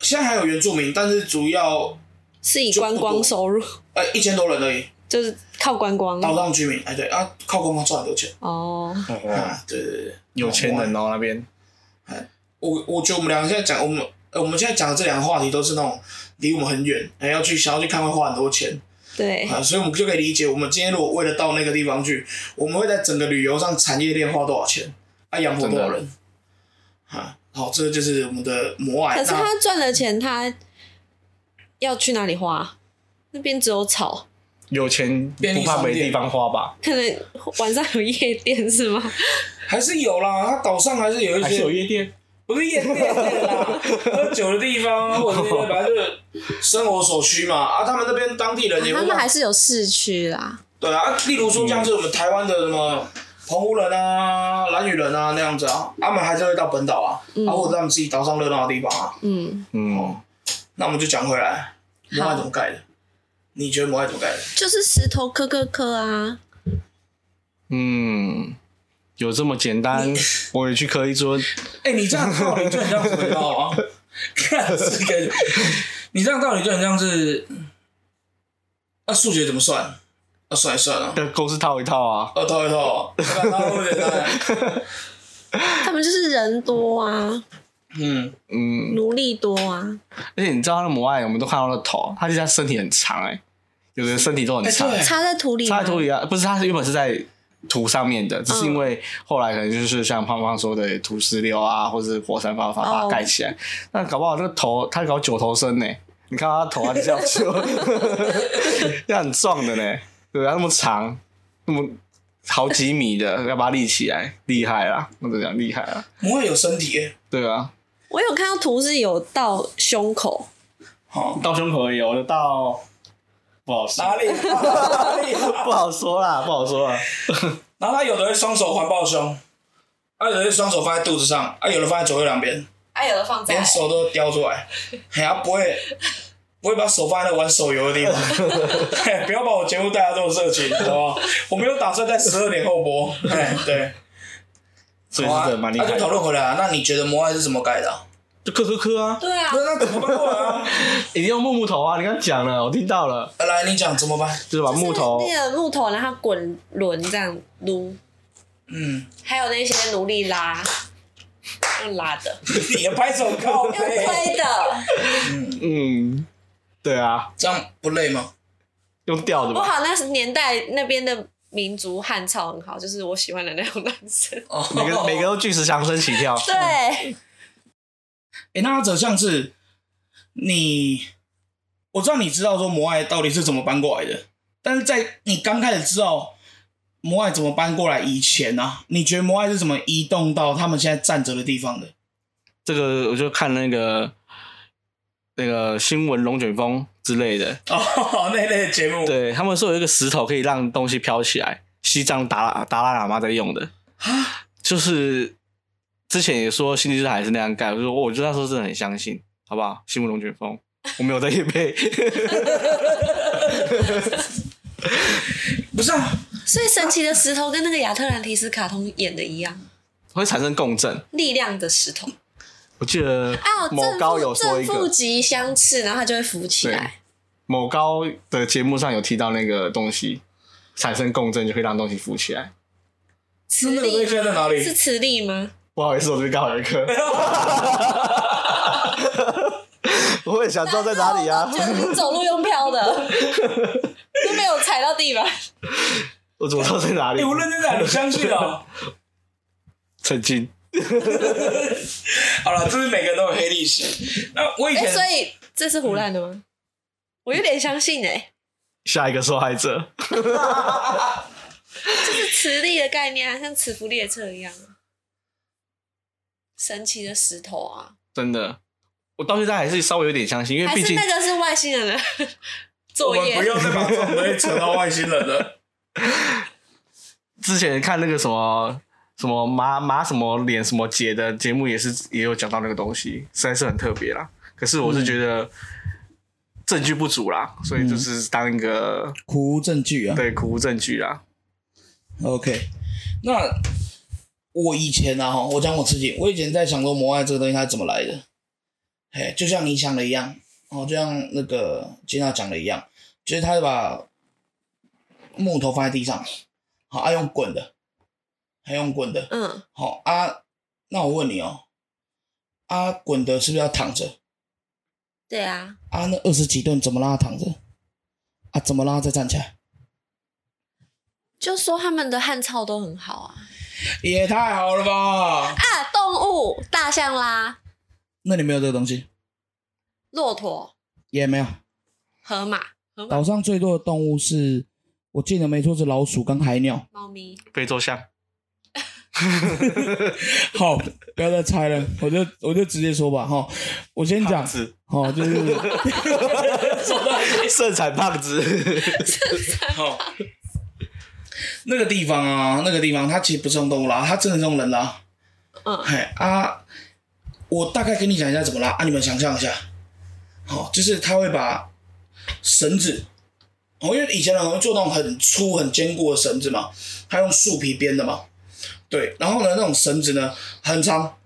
Speaker 1: 现在还有原住民，但是主要
Speaker 3: 是以观光收入，
Speaker 1: 呃一千多人而已，
Speaker 3: 就是靠观
Speaker 2: 嗯
Speaker 3: 光
Speaker 1: 岛上居民，哎对啊，靠观光赚很多钱
Speaker 3: 哦。
Speaker 2: 哇，
Speaker 1: 啊，对对对，
Speaker 2: 嗯有钱人哦那边，
Speaker 1: 我我觉得我们两个现在讲我们。呃我们现在讲的这两个话题都是那种离我们很远，哎，要去想要去看会花很多钱
Speaker 3: 对，
Speaker 1: 啊，所以我们就可以理解，我们今天如果为了到那个地方去，我们会在整个旅游上产业链花多少钱，啊，养活多少人，啊，好，这个就是我们的魔爱。
Speaker 3: 可是
Speaker 1: 哎那
Speaker 3: 他赚了钱，他要去哪里花？那边只有草，
Speaker 2: 有钱不怕没地方花吧？
Speaker 3: 可能晚上有夜店是吗？
Speaker 1: 还是有啦，它岛上还是有一
Speaker 2: 还是
Speaker 1: 些
Speaker 2: 有夜店？
Speaker 1: 不是夜店 啦，喝酒的地方啊，或者是反正就是生活所需嘛。啊，他们那边当地人也
Speaker 3: 他
Speaker 1: 会
Speaker 3: 们还是有市区啦。
Speaker 1: 对啊，例如说像是我们台湾的什么澎湖人啊、兰屿人啊那样子啊，他们还是会到本岛啊，啊或者他们自己岛上热闹的地方啊。
Speaker 3: 嗯，
Speaker 2: 嗯，
Speaker 1: 那我们就讲回来，摩艾怎么盖的？你觉得摩艾怎么盖的？
Speaker 3: 就是石头磕磕磕啊，
Speaker 2: 嗯，有这么简单？我也去磕一尊，
Speaker 1: 哎、你这样道理就很像什么，你知道吗？看这个，你这样道理就很像是，那、数学怎么算？啊，算一算啊。
Speaker 2: 呃公司套一套啊。
Speaker 1: 呃，头一头，看他会不会简单？
Speaker 3: 他们就是人多啊，
Speaker 1: 嗯，
Speaker 2: 嗯，
Speaker 3: 奴隶多啊，
Speaker 2: 而且你知道他的母爱，我们都看到他的头，他其实他身体很长哎、有的人身体都很长
Speaker 1: 哎，对
Speaker 3: 插在土里，
Speaker 2: 插在土，里啊，不是他原本是在土上面的，只是因为后来可能就是像胖胖说的土石流啊，或者是火山爆发把它
Speaker 3: 哦
Speaker 2: 盖起来。那搞不好这个头他搞九头身呢、你看他头啊，就这样 说，这样很壮的呢、对啊，那么长，那么好几米的，要把它立起来，厉害啦！我只讲厉害啦，
Speaker 1: 不会有身体耶，
Speaker 2: 对啊，
Speaker 3: 我有看到图是有到胸口，
Speaker 1: 好
Speaker 2: 到胸口也有，到不好说，
Speaker 1: 哪里？哪里？
Speaker 2: 不好说啦，不好说啦。
Speaker 1: 然后他有的会双手环抱胸，啊，有的会双手放在肚子上，啊，有的放在左右两边，
Speaker 3: 哎，有的放
Speaker 1: 连手都叼出来，哎呀，不会。不会把手放在那玩手游的地方，嘿不要把我节目带到这种社群，好不好？我没有打算在十二点后播，哎，对，
Speaker 2: 所以
Speaker 1: 好
Speaker 2: 是
Speaker 1: 啊
Speaker 2: 真的蛮厉
Speaker 1: 那
Speaker 2: 害
Speaker 1: 就讨
Speaker 2: 的，
Speaker 1: 论回来啊，那你觉得魔爱是怎么改的啊？
Speaker 2: 就磕磕磕啊，
Speaker 3: 对啊
Speaker 1: 不，是，那怎么办过来啊？
Speaker 2: 一定用木木头啊！你刚刚讲了，我听到了，
Speaker 1: 来，你讲怎么办？
Speaker 2: 就是把木头
Speaker 3: 就是那个木头，然后滚轮这样撸，
Speaker 1: 嗯，
Speaker 3: 还有那些奴隶拉，用拉 的，
Speaker 1: 你的拍手靠背。
Speaker 3: 用推的，
Speaker 2: 嗯，对啊，
Speaker 1: 这样不累吗？
Speaker 2: 用吊的
Speaker 3: 不
Speaker 2: 吧？
Speaker 3: 好，那是年代那边的民族汉操很好，就是我喜欢的那种男 生。
Speaker 1: 哦，
Speaker 2: 每个每个都巨石强升起跳，
Speaker 3: 对，
Speaker 1: 诶、那它走向是，你，我知道你知道说摩艾到底是怎么搬过来的，但是在你刚开始知道摩艾怎么搬过来以前啊，你觉得摩艾是怎么移动到他们现在站着的地方的？
Speaker 2: 这个我就看那个那个新闻龙卷风之类的，
Speaker 1: 哦，那类的节目，
Speaker 2: 对他
Speaker 3: 啊
Speaker 2: 们说有一个石头可以让东西飘起来，西藏达拉达拉喇嘛在用的，就是之前也说新地之海是那样盖，我就说我就那时候真的很相信，好不好？新木龙卷风，我没有在夜配，
Speaker 1: 不是啊，
Speaker 3: 所以神奇的石头跟那个亚特兰提斯卡通演的一样，
Speaker 2: 会产生共振。
Speaker 3: 力量的石头
Speaker 2: 我记得
Speaker 3: 啊，
Speaker 2: 某
Speaker 3: 正
Speaker 2: 高
Speaker 3: 负
Speaker 2: 有说
Speaker 3: 正
Speaker 2: 一
Speaker 3: 负
Speaker 2: 个，
Speaker 3: 极相斥，然后它就会浮起来。
Speaker 2: 某高的节目上有提到那个东西产生共振就会让东西浮起来。
Speaker 1: 是那个东西现在在哪
Speaker 3: 是
Speaker 1: 里？
Speaker 3: 磁力吗？
Speaker 2: 不好意思，我这边刚好有一 颗。 我也想知道在哪里啊
Speaker 3: 就！是走路用飘 的，都没有踩到地板。
Speaker 2: 我怎么知道在哪里
Speaker 1: 哎，？我认真讲，你相信啊？
Speaker 2: 曾经，
Speaker 1: 好了，这是每个人都有黑历史。那我以
Speaker 3: 哎、
Speaker 1: 前
Speaker 3: 所以这是胡乱的吗？
Speaker 2: 嗯
Speaker 3: 我有点相信哎、
Speaker 2: 下一个受害者。
Speaker 3: 是磁力的概念啊，像磁浮列车一样啊，神奇的石头啊，
Speaker 2: 真的，我到现在还是稍微有点相信，因为
Speaker 3: 还
Speaker 2: 毕
Speaker 3: 是
Speaker 2: 竟
Speaker 3: 那个是外星人的
Speaker 1: 我
Speaker 3: 作
Speaker 1: 们
Speaker 3: 业
Speaker 1: 不？要再把这种东西扯到外星人了。
Speaker 2: 之前看那个什么什么马马什么脸什么姐的节目，也是也有讲到那个东西，实在是很特别啦。可是我是觉得证据不足啦，所以就是当一个
Speaker 1: 苦无证据啊
Speaker 2: 对苦无证据啦。
Speaker 1: OK，那我以前啊，哈，我讲我自己，我以前在想说摩艾这个东西它是怎么来的，哎，就像你想的一样，哦，就像那个吉娜讲的一样，就是他把木头放在地上，好，啊，用滚的，还用滚的，
Speaker 3: 嗯，
Speaker 1: 好啊，那我问你哦，啊，滚的是不是要躺着？
Speaker 3: 对啊，
Speaker 1: 啊，那二十几吨怎么让它躺着？啊，怎么让它再站起来？
Speaker 3: 就说他们的汉操都很好啊
Speaker 1: 也太好了吧！
Speaker 3: 啊，动物大象啦，
Speaker 1: 那你没有这个东西，
Speaker 3: 骆驼、
Speaker 1: 也没有。
Speaker 3: 河马、河马、
Speaker 1: 岛上最多的动物是，我记得没错是老鼠跟海鸟。
Speaker 3: 猫咪，
Speaker 2: 非洲象，
Speaker 1: 好，不要再猜了，我就我就直接说吧哈。我先
Speaker 2: 胖
Speaker 1: 讲，
Speaker 2: 子，
Speaker 1: 哦，就是
Speaker 2: 盛产胖子，
Speaker 1: 好 那个地方啊，那个地方它其实不是用动物拉，它真的是用人拉。
Speaker 3: 嗯
Speaker 1: 嘿啊，我大概跟你讲一下怎么拉啊，你们想象一下，好、就是他会把绳子，哦，因为以前人会做那种很粗很坚固的绳子嘛，他用树皮编的嘛，对，然后呢，那种绳子呢很长，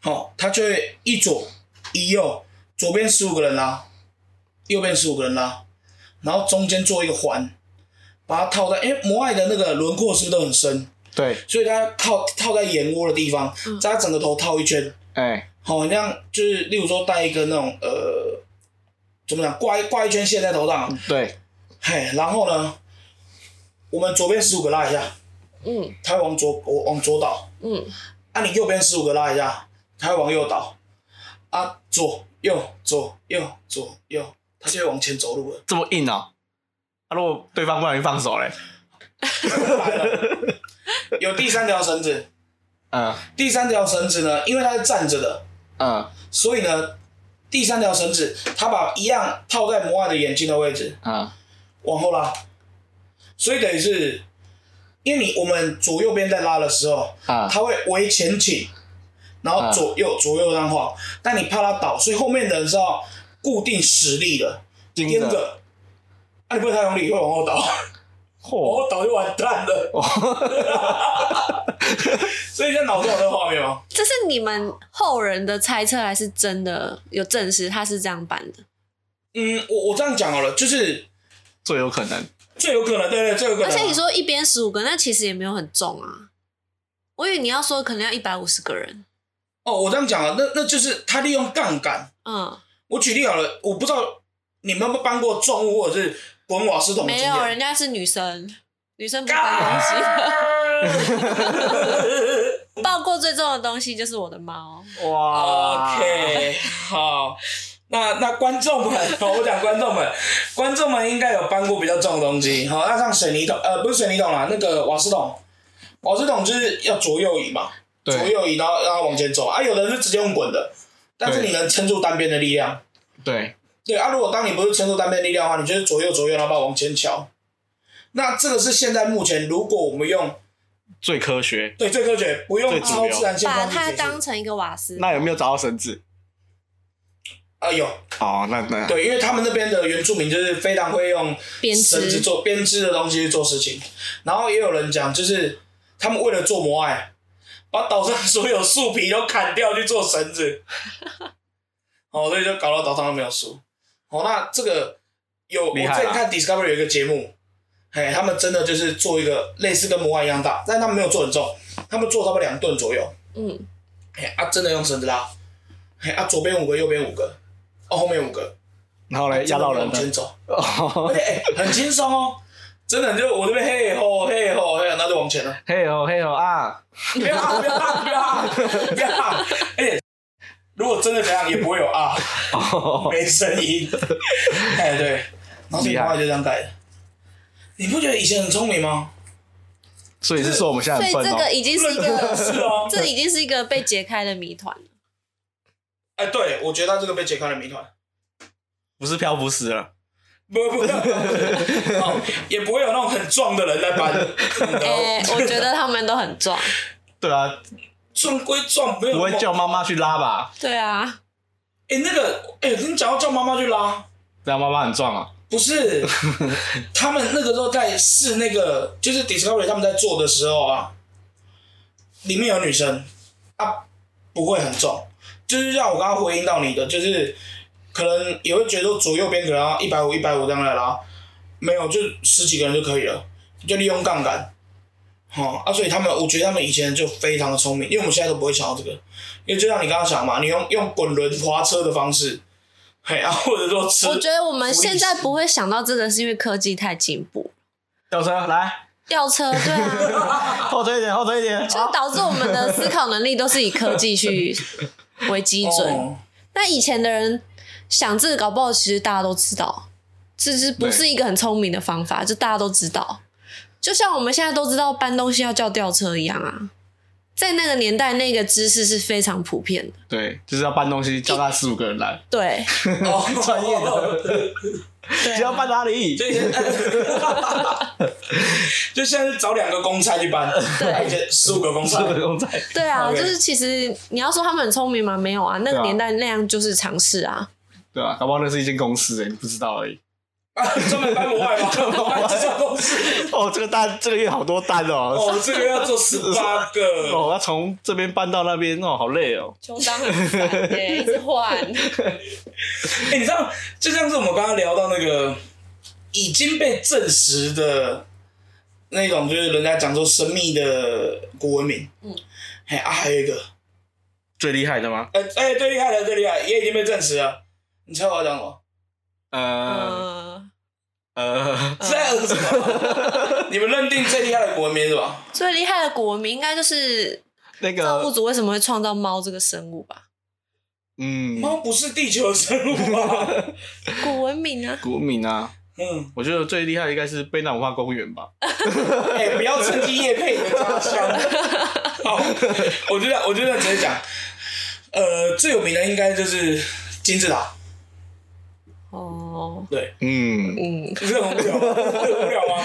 Speaker 1: 好、它就会一左一右，左边十五个人拉，右边十五个人拉，然后中间做一个环，把它套在，哎，摩艾的那个轮廓是不是都很深？
Speaker 2: 对，
Speaker 1: 所以它套套在眼窝的地方，在它整个头套一圈，
Speaker 2: 哎，
Speaker 1: 好、你这样就是，例如说戴一个那种呃，怎么讲，挂一挂一圈线在头上，
Speaker 2: 对，
Speaker 1: 嘿，然后呢，我们左边十五个拉一下，
Speaker 3: 嗯
Speaker 1: 它会往左我往左倒，
Speaker 3: 嗯，
Speaker 1: 啊，你右边十五个拉一下，它会往右倒，啊，左右左右左右，它就会往前走路了，
Speaker 2: 这么硬哦。啊，如果对方不小心放手嘞，
Speaker 1: 来了，有第三条绳子，
Speaker 2: 嗯
Speaker 1: 第三条绳子呢，因为它是站着的，
Speaker 2: 嗯
Speaker 1: 所以呢，第三条绳子，它把一样套在摩艾的眼睛的位置
Speaker 2: 嗯，
Speaker 1: 往后拉，所以等于是，因为你我们左右边在拉的时候，
Speaker 2: 啊
Speaker 1: 它会围前倾，然后左右、左右这样晃，但你怕它倒，所以后面的人是要固定实力的，
Speaker 2: 盯
Speaker 1: 颠
Speaker 2: 着，哦
Speaker 1: 着，啊，你不能太用力，会往后倒，往
Speaker 2: 嚯，
Speaker 1: 后倒就完蛋了。
Speaker 2: 哦
Speaker 1: 所以现在脑中有这个画面吗？
Speaker 3: 这是你们后人的猜测，还是真的有证实他是这样办的？
Speaker 1: 嗯，我我这样讲好了，就是
Speaker 2: 最有可能。
Speaker 1: 最有可能，对对，最有可能
Speaker 3: 而
Speaker 1: 啊。
Speaker 3: 且你说一边十五个，那其实也没有很重啊。我以为你要说可能要一百五十个人，
Speaker 1: 哦，我这样讲啊，那那就是他利用杠杆。
Speaker 3: 嗯，
Speaker 1: 我举例好了，我不知道你们有没有搬过重物或者是滚瓦斯桶的啊
Speaker 3: 没
Speaker 1: 经
Speaker 3: 有， 人
Speaker 1: 验。
Speaker 3: 家是女生，女生不搬
Speaker 2: 啊
Speaker 3: 东西。
Speaker 1: 干
Speaker 3: 抱过最重的东西就是我的猫，
Speaker 2: 哇
Speaker 1: OK，好，那那观众们，哦我讲观众们，观众们应该有搬过比较重的东西。好，那像水泥桶，呃，不是水泥桶啦，那个瓦斯桶，瓦斯桶就是要左右移嘛，左
Speaker 2: 对
Speaker 1: 右移，然后让它往前走。啊，有的人是直接用滚的，但是
Speaker 2: 对
Speaker 1: 你能撑住单边的力量。
Speaker 2: 对，
Speaker 1: 对啊，如果当你不是承受单边力量的话，你就是左右左右，然后把它往前瞧。那这个是现在目前，如果我们用
Speaker 2: 最科学。
Speaker 1: 对，最科学，不用
Speaker 2: 最主
Speaker 1: 超
Speaker 2: 流
Speaker 1: 自然现
Speaker 3: 把
Speaker 1: 象去
Speaker 3: 它
Speaker 1: 解释
Speaker 3: 当成一个瓦斯，
Speaker 2: 那有没有找到绳子？
Speaker 1: 啊有
Speaker 2: 哦，那那
Speaker 1: 对，因为他们那边的原住民就是非常会用
Speaker 3: 编
Speaker 1: 绳子
Speaker 3: 织
Speaker 1: 做编织的东西去做事情，然后也有人讲，就是他们为了做摩艾，把岛上 所有树皮都砍掉去做绳子，哦，所以就搞到岛上都没有树。哦，那这个有我
Speaker 2: 厉
Speaker 1: 之
Speaker 2: 害
Speaker 1: 前
Speaker 2: 啦
Speaker 1: 看 Discovery 有一个节目，嘿，他们真的就是做一个类似跟摩艾一样大，但他们没有做很重，他们做差不多两吨左右，
Speaker 3: 嗯，
Speaker 1: 嘿啊，真的用绳子拉，嘿啊，左边五个，右边五个，哦，后面五个，
Speaker 2: 然后嘞，压哎到人
Speaker 1: 往前
Speaker 2: 了。
Speaker 1: 走。而
Speaker 2: 哦
Speaker 1: 且、欸、很轻松哦，真的就我这边嘿吼嘿吼嘿吼，那就往前了，
Speaker 2: 嘿哦嘿哦啊！
Speaker 1: 不要啊不要啊不要啊不要啊，而且如果真的这样也不会有啊，
Speaker 2: 哦
Speaker 1: 没声音，哎对，然后这
Speaker 2: 厉
Speaker 1: 个
Speaker 2: 害
Speaker 1: 话就这样改的，你不觉得以前很聪明吗？
Speaker 2: 所以是说我们现在
Speaker 3: 所
Speaker 2: 很
Speaker 3: 以
Speaker 2: 笨哦。
Speaker 3: 这个已经是一
Speaker 1: 是
Speaker 3: 个，
Speaker 1: 哦，
Speaker 3: 这已经是一个被解开的谜团了。
Speaker 1: 哎对，我觉得他这个被解开了谜团。
Speaker 2: 不是漂浮死了，
Speaker 1: 不不不，哦，也不会有那种很壮的人来搬。哦
Speaker 3: 哎、我觉得他们都很壮。
Speaker 2: 对啊，
Speaker 1: 壮归壮，没有
Speaker 2: 不会
Speaker 1: 那么
Speaker 2: 叫妈妈去拉吧？
Speaker 3: 对啊，
Speaker 1: 哎、那个，哎、你讲要叫妈妈去拉，
Speaker 2: 对啊，妈妈很壮啊。
Speaker 1: 不是，他们那个时候在试那个，就是 Discovery 他们在做的时候啊，里面有女生啊，不会很重，就是像我刚刚回应到你的，就是可能也会觉得左右边可能要一百五、一百五这样来啦，没有就十几个人就可以了，就利用杠杆。哦、啊，所以他们，我觉得他们以前就非常的聪明，因为我们现在都不会想到这个，因为就像你刚刚讲嘛，你用用滚轮滑车的方式，嘿啊，或者说吃，
Speaker 3: 我觉得我们现在不会想到这个，是因为科技太进步。
Speaker 2: 吊车来，
Speaker 3: 吊车，对啊，
Speaker 2: 后退一点，后退一点。
Speaker 3: 就导致我们的思考能力都是以科技去为基准。
Speaker 1: 哦
Speaker 3: 那、以前的人想这个，搞不好其实大家都知道，这是不是一个很聪明的方法？就大家都知道，就像我们现在都知道搬东西要叫吊车一样啊。在那个年代，那个知识是非常普遍的。
Speaker 2: 对，就是要搬东西，叫他十五个人来，
Speaker 3: 对，
Speaker 1: 哦，专业的，
Speaker 3: 对啊
Speaker 2: 只要搬哪 里？
Speaker 1: 就以前，就现在是找两个公差去搬，对，以前十五个公差
Speaker 2: 这，个公仔，
Speaker 3: 对啊，
Speaker 1: OK
Speaker 3: 就是其实你要说他们很聪明吗？没有啊，那
Speaker 2: 对
Speaker 3: 个
Speaker 2: 啊
Speaker 3: 年代那样就是尝试啊。
Speaker 2: 对吧？搞不好那是一间公司哎，你不知道而已。
Speaker 1: 啊专门搬国外嘛，这种公司，
Speaker 2: 哦，这个单，这个月好多单哦。
Speaker 1: 哦，这个要做十八个，
Speaker 2: 哦，要从这边搬到那边哦，好累哦。
Speaker 3: 穷当很烦耶，一直换。
Speaker 1: 哎，你知道，就像是我们刚刚聊到那个已经被证实的那种，就是人家讲说神秘的古文明，嗯
Speaker 3: 嗯，
Speaker 1: 哎啊，还有一个，
Speaker 2: 最厉害的吗？
Speaker 1: 哎哎，最厉害的，最厉害，也已经被证实了，你猜我要讲 什么？
Speaker 2: 呃
Speaker 3: 呃，
Speaker 2: 呃，
Speaker 1: 这样子吧，你们认定最厉害的国民是吧？
Speaker 3: 最厉害的国民应该就是
Speaker 2: 那
Speaker 3: 造物
Speaker 2: 个，
Speaker 3: 主为什么会创造猫这个生物 吧？
Speaker 2: 嗯，
Speaker 3: 哦
Speaker 1: 猫不是地球生物 啊。
Speaker 3: 古文明啊，
Speaker 2: 古敏啊，
Speaker 1: 嗯，
Speaker 2: 我觉得最厉害的应该是贝纳文化公园吧。
Speaker 1: 哎、不要趁机夜配你的家乡。 好，我就这样，我就这样直接讲。呃，最有名的应该就是金字塔，
Speaker 3: 哦，
Speaker 1: 对，
Speaker 2: 嗯，
Speaker 3: 嗯，
Speaker 1: 这很无聊， 这很无聊吗？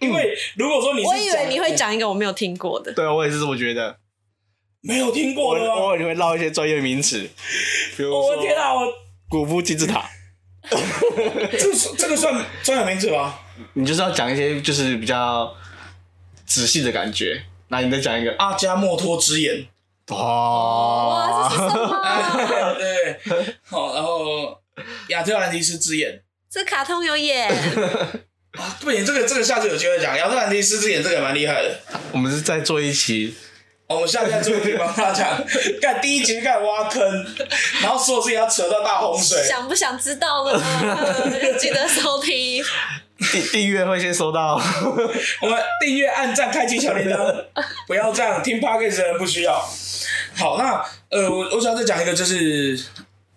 Speaker 1: 因为如果说你是
Speaker 3: 我以为你会讲一个我没有听过的，
Speaker 2: 对啊，我也是这么觉得。
Speaker 1: 没有听
Speaker 2: 我
Speaker 1: 过的吗？
Speaker 2: 偶尔你会唠一些专业名词，比如
Speaker 1: 我的天
Speaker 2: 说
Speaker 1: 啊，我
Speaker 2: 古夫金字塔，
Speaker 1: 这这个算专有名词吧？
Speaker 2: 你就是要讲一些就是比较仔细的感觉。那你再讲一个啊
Speaker 1: 阿加莫托之 眼。
Speaker 3: 哇，
Speaker 2: 哇
Speaker 3: 这是什 么？
Speaker 1: 对，好，然后亚特兰蒂斯之眼。
Speaker 3: 这卡通有演，
Speaker 1: 啊，不行，这个这个下次有机会讲。亚特兰蒂斯之眼这个也蛮厉害的，
Speaker 2: 我们是在做一期，
Speaker 1: 哦我们下次再做一集帮他讲。干第一集就开始挖坑，然后所有事情要扯到大洪水。
Speaker 3: 想不想知道 呢？记得收听。
Speaker 2: 订订阅会先收到。
Speaker 1: 我们订阅、按赞、开启小铃铛，不要这样，听 podcast 的人不需要。好，那呃，我我想再讲一个，就是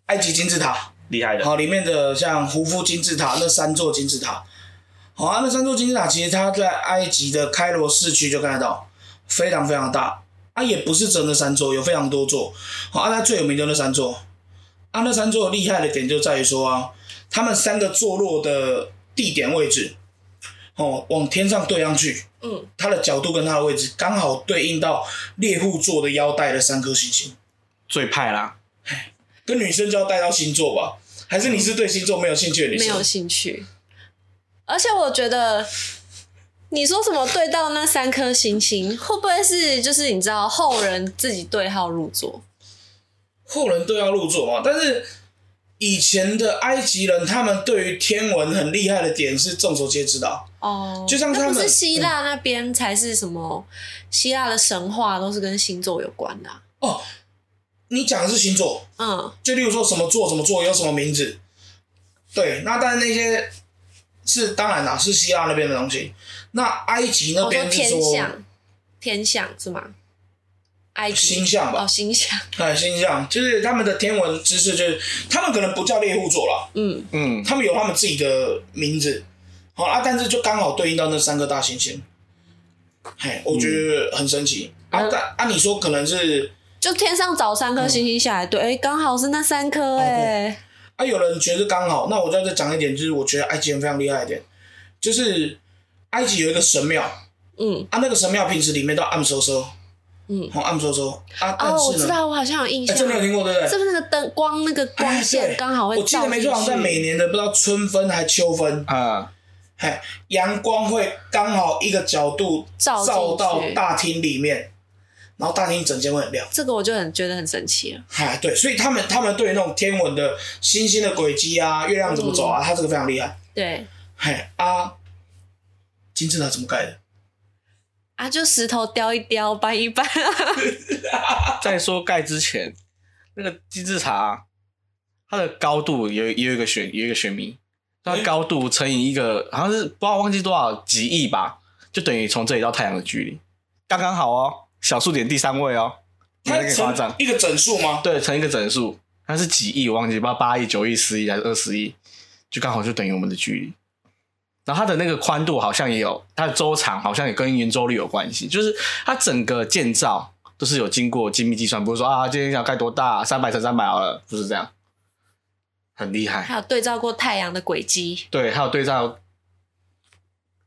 Speaker 1: 埃及金字塔，
Speaker 2: 厉害的
Speaker 1: 好，里面的像胡夫金字塔那三座金字塔，好啊，那三座金字塔其实它在埃及的开罗市区就看得到，非常非常大。啊，也不是真的三座，有非常多座。好，啊，它最有名就那三座。啊，那三座厉害的点就在于说啊，他们三个坐落的地点位置，哦，往天上对上去，
Speaker 3: 嗯，
Speaker 1: 它的角度跟它的位置刚好对应到猎户座的腰带的三颗星星，
Speaker 2: 最派啦，
Speaker 1: 跟女生就要带到星座吧？还是你是对星座没有兴趣的女
Speaker 3: 没
Speaker 1: 生？
Speaker 3: 有兴趣。而且我觉得，你说什么对到那三颗星星，会不会是就是你知道后人自己对号入座？
Speaker 1: 后人都要入座嘛，但是以前的埃及人，他们对于天文很厉害的点是众所皆知的啊、
Speaker 3: 哦，
Speaker 1: 就像他
Speaker 3: 那
Speaker 1: 们
Speaker 3: 不是希腊那边才是什么？希腊的神话都是跟星座有关的啊、
Speaker 1: 哦，你讲的是星座，
Speaker 3: 嗯，
Speaker 1: 就例如说什么座什么座有什么名字，对，那但是那些是当然啦，是希腊那边的东西。那埃及那
Speaker 3: 我哦说
Speaker 1: 边是
Speaker 3: 天
Speaker 1: 说，
Speaker 3: 象，天象是吗？埃及
Speaker 1: 星象吧
Speaker 3: 哦，星象，
Speaker 1: 哎，星象就是他们的天文知识，就是他们可能不叫猎户座啦，
Speaker 3: 嗯，
Speaker 2: 嗯，
Speaker 1: 他们有他们自己的名字，好啊，但是就刚好对应到那三个大行星，嘿，我觉
Speaker 3: 嗯
Speaker 1: 得很神奇、啊。但按、你说可能是
Speaker 3: 就天上找三颗星星下来，对，哎、刚好是那三
Speaker 1: 哦
Speaker 3: 颗、哎、
Speaker 1: 啊，有人觉得刚好，那我就要再讲一点，就是我觉得埃及人非常厉害一点，就是埃及有一个神庙啊，
Speaker 3: 嗯，
Speaker 1: 那个神庙平时里面都暗飕飕，
Speaker 3: 嗯
Speaker 1: 好、暗飕飕啊，但
Speaker 3: 哦，我
Speaker 1: 是
Speaker 3: 知
Speaker 1: 呢，
Speaker 3: 道，我好像有印
Speaker 1: 哎、
Speaker 3: 象，
Speaker 1: 这你有听过对不对？
Speaker 3: 是不是那个灯光那个光
Speaker 1: 哎
Speaker 3: 线
Speaker 1: 对
Speaker 3: 刚好会
Speaker 1: 我记
Speaker 3: 照
Speaker 1: 得
Speaker 3: 进
Speaker 1: 没
Speaker 3: 去？
Speaker 1: 错，好像在每年的不知道春分还秋分，
Speaker 2: 啊，
Speaker 1: 嘿，阳光会刚好一个角度
Speaker 3: 照进
Speaker 1: 照到
Speaker 3: 去
Speaker 1: 大厅里面，然后大厅整间会很亮。
Speaker 3: 这个我就很觉得很神奇了。
Speaker 1: 哎，对，所以他们他们对于那种天文的星星的轨迹啊，月亮怎么走
Speaker 3: 嗯
Speaker 1: 啊，他这个非常厉害。
Speaker 3: 对
Speaker 1: 嘿啊，金字塔怎么盖的？
Speaker 3: 啊，就石头雕一雕，搬 一搬，
Speaker 2: 再说盖之前，那个金字塔，它的高度有也有一个学有一个学名，它的高度乘以一个好像是不知道忘记多少几亿吧，就等于从这里到太阳的距离，刚刚好哦，小数点第三位哦，你
Speaker 1: 它
Speaker 2: 那个夸
Speaker 1: 成
Speaker 2: 张，
Speaker 1: 一个整数吗？
Speaker 2: 对，乘一个整数，它是几亿，我忘记不知道八亿、九亿、十亿还是二十亿，就刚好就等于我们的距离。然后它的那个宽度好像也有，它的周长好像也跟圆周率有关系，就是它整个建造都是有经过精密计算，不是说啊今天想盖多大，三百乘三百好了，不是这样，很厉害。
Speaker 3: 还有对照过太阳的轨迹，
Speaker 2: 对，还有对照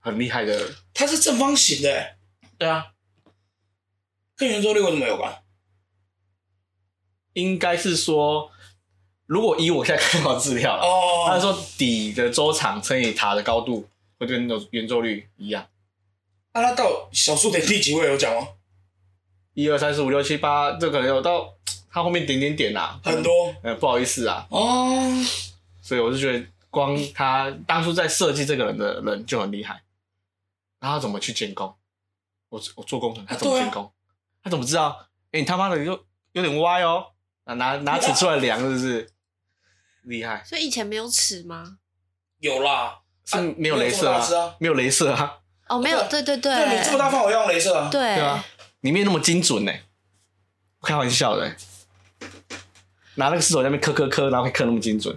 Speaker 2: 很厉害的，
Speaker 1: 它是正方形的、欸，
Speaker 2: 对啊，
Speaker 1: 跟圆周率为什么有关？
Speaker 2: 应该是说，如果以我现在看到的资料啦他
Speaker 1: 哦，
Speaker 2: 说底的周长乘以塔的高度会跟圆周率一样，
Speaker 1: 啊那它到小数点第几位有讲吗？
Speaker 2: 一二三四五六七八，这可能有到它后面点点点啦、
Speaker 1: 很。多
Speaker 2: 呃，不好意思啊，
Speaker 1: 哦，
Speaker 2: 所以我就觉得光他当初在设计这个人的人就很厉害，然后他怎么去监工？我我做工程，他怎么监
Speaker 1: 啊
Speaker 2: 工？他怎么知道？哎、你他妈的有有点歪哦，啊拿拿尺出来量是不是？厉害，
Speaker 3: 所以以前没有尺吗？
Speaker 1: 有啦，
Speaker 2: 是
Speaker 1: 啊
Speaker 2: 没有
Speaker 1: 没有
Speaker 2: 镭
Speaker 1: 这么
Speaker 2: 射
Speaker 1: 大只啊
Speaker 2: 没有镭射啊，
Speaker 3: 哦，没有，对对对，
Speaker 1: 对你这么大范围用镭射啊？
Speaker 3: 对
Speaker 2: 对啊，里面那么精准呢、开玩笑的欸、拿那个石头在那边磕磕磕，然后会磕那么精准，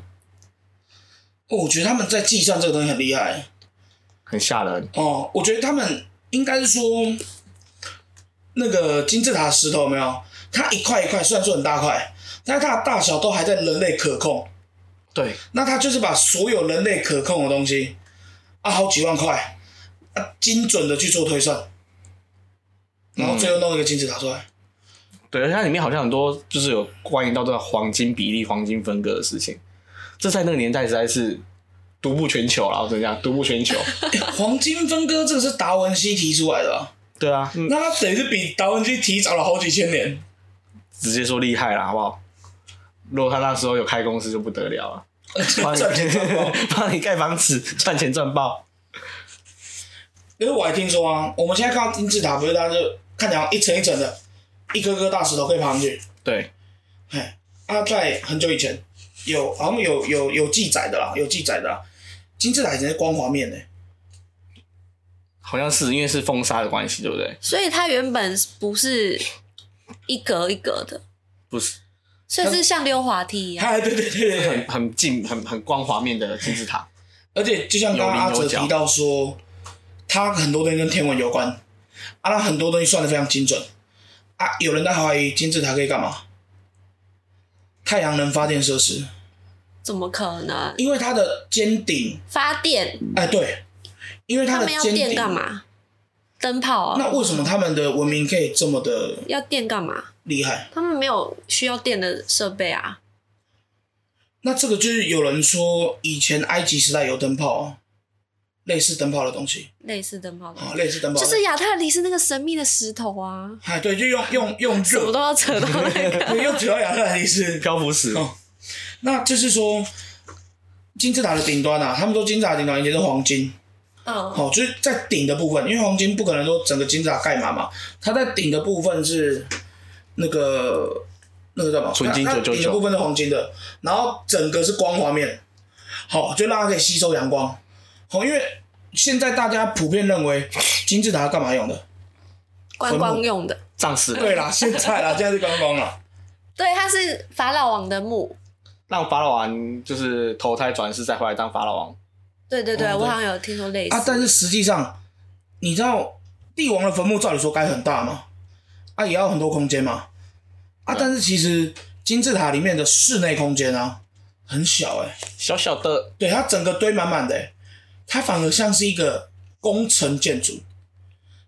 Speaker 1: 哦，我觉得他们在计算这个东西很厉害、
Speaker 2: 很吓人。
Speaker 1: 哦，我觉得他们应该是说，那个金字塔石头有没有，它一块一块，虽然说很大块，但是它的大小都还在人类可控。
Speaker 2: 对，
Speaker 1: 那它就是把所有人类可控的东西，啊，好几万块，啊，精准的去做推算，
Speaker 3: 嗯
Speaker 1: 然后最后弄一个金字塔出 来。
Speaker 2: 对，而且它里面好像很多就是有关于到这个黄金比例、黄金分割的事情，这在那个年代实在是独步全球了，我跟你讲，独 步全球。
Speaker 1: 哎黄金分割这个是达文西提出来的吧、
Speaker 2: 对啊，嗯
Speaker 1: 那它等于是比达文西提早了好几千年。
Speaker 2: 直接说厉害了，好不好？如果他那时候有开公司就不得了了，帮你
Speaker 1: 赚钱赚爆
Speaker 2: 帮你盖房子，赚钱赚爆。
Speaker 1: 因为我还听说啊，我们现在看到金字塔，不是它就看起来好像一层一层的，一颗颗大石头可以爬上去。
Speaker 2: 对，
Speaker 1: 哎，啊，在很久以前有好像有有有记载的啦，有记载的啦。金字塔以前是光滑面的、
Speaker 2: 好像是因为是封杀的关系，对不对？
Speaker 3: 所以它原本不是一格一格的，
Speaker 2: 不是，
Speaker 3: 所以是像溜滑梯一样。
Speaker 1: 哎，对对对对
Speaker 2: 很
Speaker 1: 对，
Speaker 2: 很近、很很光滑面的金字塔。
Speaker 1: 而且就像刚刚阿
Speaker 2: 有棱
Speaker 1: 哲
Speaker 2: 有角
Speaker 1: 提到说，他很多东西跟天文有关，啊，他很多东西算的非常精准。啊，有人在怀疑金字塔可以干嘛？太阳能发电设施，
Speaker 3: 怎么可能
Speaker 1: 因为它的尖顶，
Speaker 3: 发电？
Speaker 1: 哎，对，因为它
Speaker 3: 他
Speaker 1: 的
Speaker 3: 们要
Speaker 1: 尖
Speaker 3: 电
Speaker 1: 顶
Speaker 3: 干嘛？灯泡啊，
Speaker 1: 那为什么他们的文明可以这么的
Speaker 3: 要电干嘛？
Speaker 1: 厉害？
Speaker 3: 他们没有需要电的设备啊。
Speaker 1: 那这个就是有人说以前埃及时代有灯泡、啊，类似灯泡的东西
Speaker 3: 类似灯泡的，
Speaker 1: 啊，类似灯泡
Speaker 3: 就
Speaker 1: 的，
Speaker 3: 是亚特里是那个神秘的石头啊，
Speaker 1: 哎，对，就用用用
Speaker 3: 什么
Speaker 1: 热
Speaker 3: 都，要扯到 那个。
Speaker 1: 对，用主要亚特兰蒂斯。
Speaker 2: 漂浮 石，
Speaker 1: 哦那就是说，金字塔的顶端啊，他们说金字塔顶端以前是黄金，
Speaker 3: 嗯，
Speaker 1: 哦，就是在顶的部分，因为黄金不可能说整个金字塔盖满嘛，它在顶的部分是那个那个叫什么？
Speaker 2: 纯金
Speaker 1: 它它
Speaker 2: 999
Speaker 1: 顶的部分是黄金的，然后整个是光滑面，好、就让它可以吸收阳光。好、因为现在大家普遍认为金字塔干嘛用的？
Speaker 3: 观光用的，
Speaker 2: 葬死人，
Speaker 1: 对啦，现在啦，现在是观光啦。
Speaker 3: 对，它是法老王的墓。
Speaker 2: 让法老王就是投胎转世再回来当法老王。
Speaker 3: 对对对，
Speaker 1: 哦对
Speaker 3: 我好像有听说类似。
Speaker 1: 啊，但是实际上，你知道帝王的坟墓照理说该很大嘛，啊，也要很多空间嘛，啊，但是其实金字塔里面的室内空间啊很小哎、
Speaker 2: 小小的，
Speaker 1: 对，它整个堆满满的、欸，它反而像是一个工程建筑，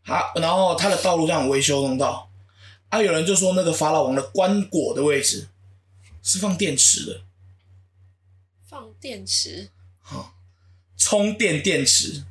Speaker 1: 啊，然后它的道路上有维修弄到，啊，有人就说那个法老王的棺椁的位置是放电池的，
Speaker 3: 放电池，
Speaker 1: 充电电池，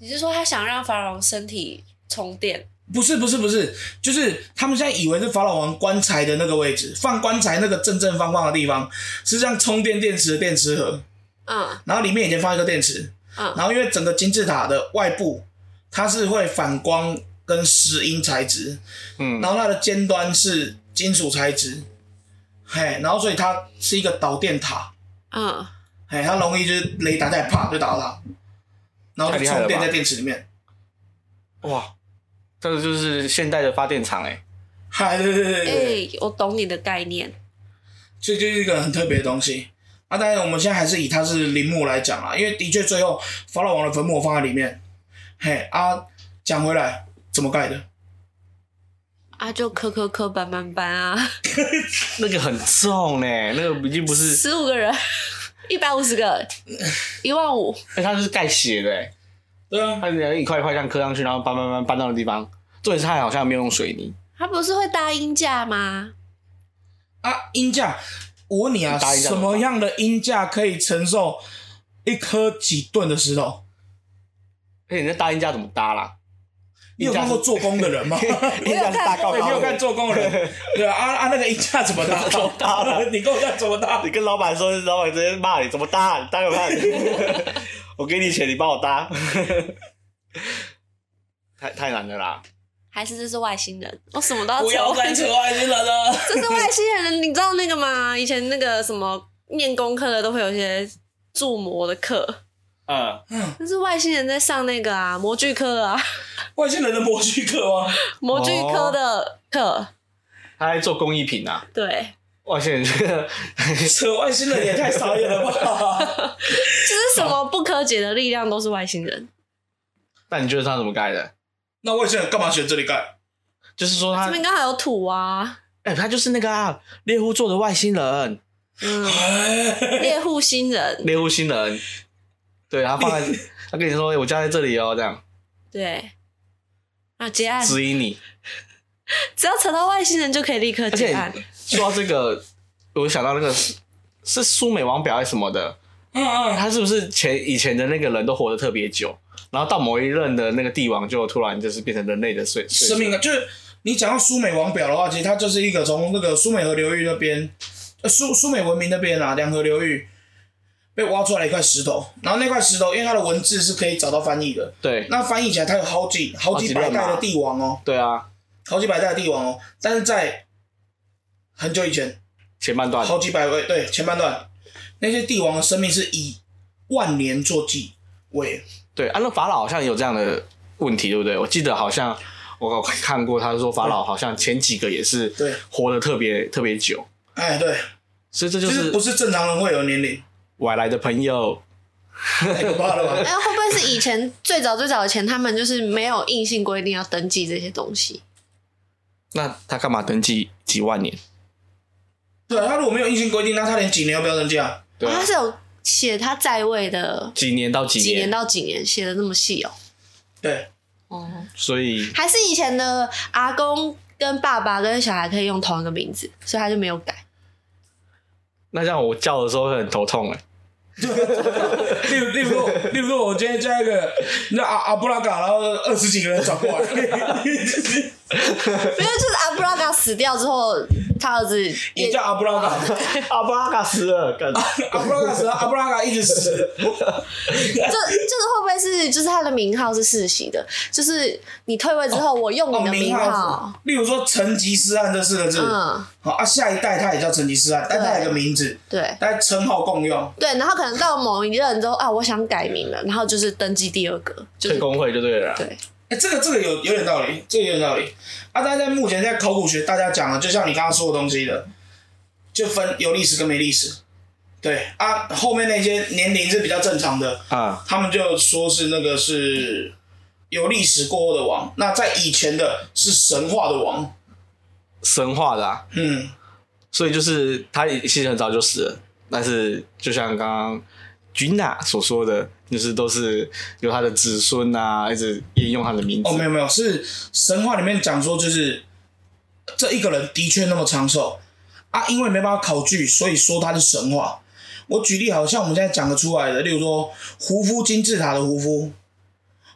Speaker 3: 你是说他想让法老王身体充电？
Speaker 1: 不是不是不是，就是他们现在以为是法老王棺材的那个位置，放棺材那个正正方方的地方，是像充电电池的电池盒，
Speaker 3: 嗯
Speaker 1: 然后里面已经放一个电池，
Speaker 3: 嗯
Speaker 1: 然后因为整个金字塔的外部它是会反光跟石英材质，
Speaker 2: 嗯，
Speaker 1: 然后它的尖端是金属材质，嘿，然后所以它是一个导电塔，
Speaker 3: 嗯，
Speaker 1: 嘿，它容易就是雷达在啪就打到它，然后
Speaker 2: 太
Speaker 1: 就
Speaker 2: 厉害了
Speaker 1: 充电
Speaker 2: 吧
Speaker 1: 在电池里面，
Speaker 2: 哇，这个就是现代的发电厂哎、
Speaker 1: 嗨，对对对对
Speaker 3: 哎、
Speaker 1: 对。
Speaker 3: 我懂你的概念。
Speaker 1: 所以就是一个很特别的东西。啊，当然我们现在还是以它是陵墓来讲啊，因为的确最后法老王的坟墓放在里面。嘿啊，讲回来，怎么盖的？
Speaker 3: 啊，就磕磕磕，搬搬搬啊，
Speaker 2: 那个很重嘞、那个已经不是，
Speaker 3: 十五个人，一百五十 个，一万五，
Speaker 2: 哎、它就是盖血的、欸，
Speaker 1: 对啊，
Speaker 2: 它一块一块这样刻上去，然后搬搬搬搬到的地方。重点是它好像没有用水泥，
Speaker 3: 他不是会搭音架吗？
Speaker 1: 啊，鹰架，我问你啊，
Speaker 2: 搭一架
Speaker 1: 什么样的鹰架可以承受一颗几吨的石头？
Speaker 2: 而哎且你那搭音架怎么搭啦？哎
Speaker 1: 你有看过做工的人 吗？
Speaker 2: 音架是搭高
Speaker 1: 对，你
Speaker 2: 高
Speaker 1: 有看
Speaker 2: 的，
Speaker 1: 做工的 人？对啊，啊啊，那个鹰架怎么搭？怎么
Speaker 2: 搭 的？
Speaker 1: 你跟我讲怎么搭？
Speaker 2: 你跟老板说，老板直接骂你怎么搭，你搭个 饭，我给你钱，你帮我搭， 太太难了啦。
Speaker 3: 还是这是外星人？我什么都要
Speaker 1: 不要
Speaker 3: 扯
Speaker 1: 再
Speaker 3: 外星
Speaker 1: 扯外星人啊了。
Speaker 3: 这是外星人，你知道那个吗？以前那个什么念功课的都会有一些铸模的课，
Speaker 2: 嗯，
Speaker 3: 那是外星人在上那个啊模具课啊，
Speaker 1: 外星人的模具课 吗？
Speaker 3: 模具
Speaker 1: 哦
Speaker 3: 科的课，
Speaker 2: 他在做工艺品啊，
Speaker 3: 对，
Speaker 2: 哇塞，这个
Speaker 1: 扯外星人也太傻眼了吧！
Speaker 3: 就是什
Speaker 2: 哦
Speaker 3: 么不可解的力量都是外星人。
Speaker 2: 那你觉得他怎么盖的？
Speaker 1: 那外星人干嘛选这里盖？
Speaker 2: 就是说他
Speaker 3: 这，边刚好有土啊，
Speaker 2: 哎、他就是那个啊，猎户座的外星人，
Speaker 3: 嗯，
Speaker 1: 哎
Speaker 3: 猎户星人，
Speaker 2: 猎户星人，对，他 放在，他跟你说，哎我家在这里哦，这样
Speaker 3: 对。啊，结案！
Speaker 2: 指引你。
Speaker 3: 只要扯到外星人就可以立刻
Speaker 2: 而
Speaker 3: 结
Speaker 2: 且
Speaker 3: 案。
Speaker 2: 说到这个，我想到那个是是苏美王表还是什么的，
Speaker 1: 嗯嗯，
Speaker 2: 他是不是前以前的那个人都活得特别久，然后到某一任的那个帝王就突然就是变成人类的岁岁数
Speaker 1: 生命啊，就是你讲到苏美王表的啊话，其实它就是一个从那个苏美河流域那边，呃，苏苏美文明那边啊，两河流域被挖出来一块石头，然后那块石头，因为它的文字是可以找到翻译的，
Speaker 2: 对
Speaker 1: 那翻译起来它有好几好几百代的帝王哦，
Speaker 2: 对啊，
Speaker 1: 好几百代的帝王哦，但是在很久以前，
Speaker 2: 前半段
Speaker 1: 好几百位，对前半段那些帝王的生命是以万年做计为。
Speaker 2: 对啊，那法老好像有这样的问题，对不对？我记得好像我我看过，他说法老好像前几个也是
Speaker 1: 对
Speaker 2: 活得特别特别久，
Speaker 1: 哎，对，
Speaker 2: 所以这就
Speaker 1: 就是不
Speaker 2: 是
Speaker 1: 是正常人会有年龄，
Speaker 2: 外来的朋友，
Speaker 1: 太可怕了吧？
Speaker 3: 哎，会不会是以前最早最早以前，他们就是没有硬性规定要登记这些东西？
Speaker 2: 那他干嘛登记几万年？
Speaker 1: 对啊，他如果没有硬性规定，那他连几年要不要增加？
Speaker 2: 对
Speaker 3: 哦
Speaker 2: 啊
Speaker 3: 他，是有写他在位的
Speaker 2: 几年到几
Speaker 3: 几年
Speaker 2: 年？
Speaker 3: 到几年，写的那么细哦、
Speaker 1: 对，
Speaker 3: 哦，
Speaker 2: 所以
Speaker 3: 还是以前的阿公跟爸爸跟小孩可以用同一个名字，所以他就没有改。
Speaker 2: 那让我叫的时候会很头痛哎、
Speaker 1: 例如，例如 说，例如说，我今天加一个那阿阿布拉嘎，然后二十几个人转过来，
Speaker 3: 没有，就是阿布拉嘎死掉之后，他儿子
Speaker 1: 也
Speaker 3: 也
Speaker 1: 叫阿布 拉嘎，
Speaker 2: 阿布拉卡死了， 干
Speaker 1: 阿布拉嘎死啊了，阿布拉嘎一直死，
Speaker 3: 这这个会不会是就是他的名号是世袭的？就是你退位之后，我用
Speaker 1: 哦，
Speaker 3: 你的
Speaker 1: 名
Speaker 3: 号
Speaker 1: 号。，例如说成吉思汗这四个字，
Speaker 3: 嗯，
Speaker 1: 好啊，下一代他也叫成吉思汗，但他有个名字，
Speaker 3: 对
Speaker 1: 但称号共用，
Speaker 3: 对，然后可能到某一任之后啊，我想改名了，然后就是登记第二个，就
Speaker 2: 退
Speaker 3: 是
Speaker 2: 工会就对了啦。
Speaker 3: 对
Speaker 1: 哎、这个这个有有点道理，这个有点道理。啊，大家在目前在考古学，大家讲的就像你刚刚说的东西的，就分有历史跟没历史。对啊，后面那些年龄是比较正常的，
Speaker 2: 啊，
Speaker 1: 他们就说是那个是有历史过后的王，那在以前的是神话的王。
Speaker 2: 神话的、啊，
Speaker 1: 嗯，
Speaker 2: 所以就是他其实很早就死了，但是就像刚刚君娜所说的，就是都是由他的子孙啊，一直沿用他的名字。
Speaker 1: 哦，没有没有，是神话里面讲说，就是这一个人的确那么长寿啊，因为没办法考据，所以说他是神话。我举例，好像我们现在讲得出来的，例如说胡夫金字塔的胡夫，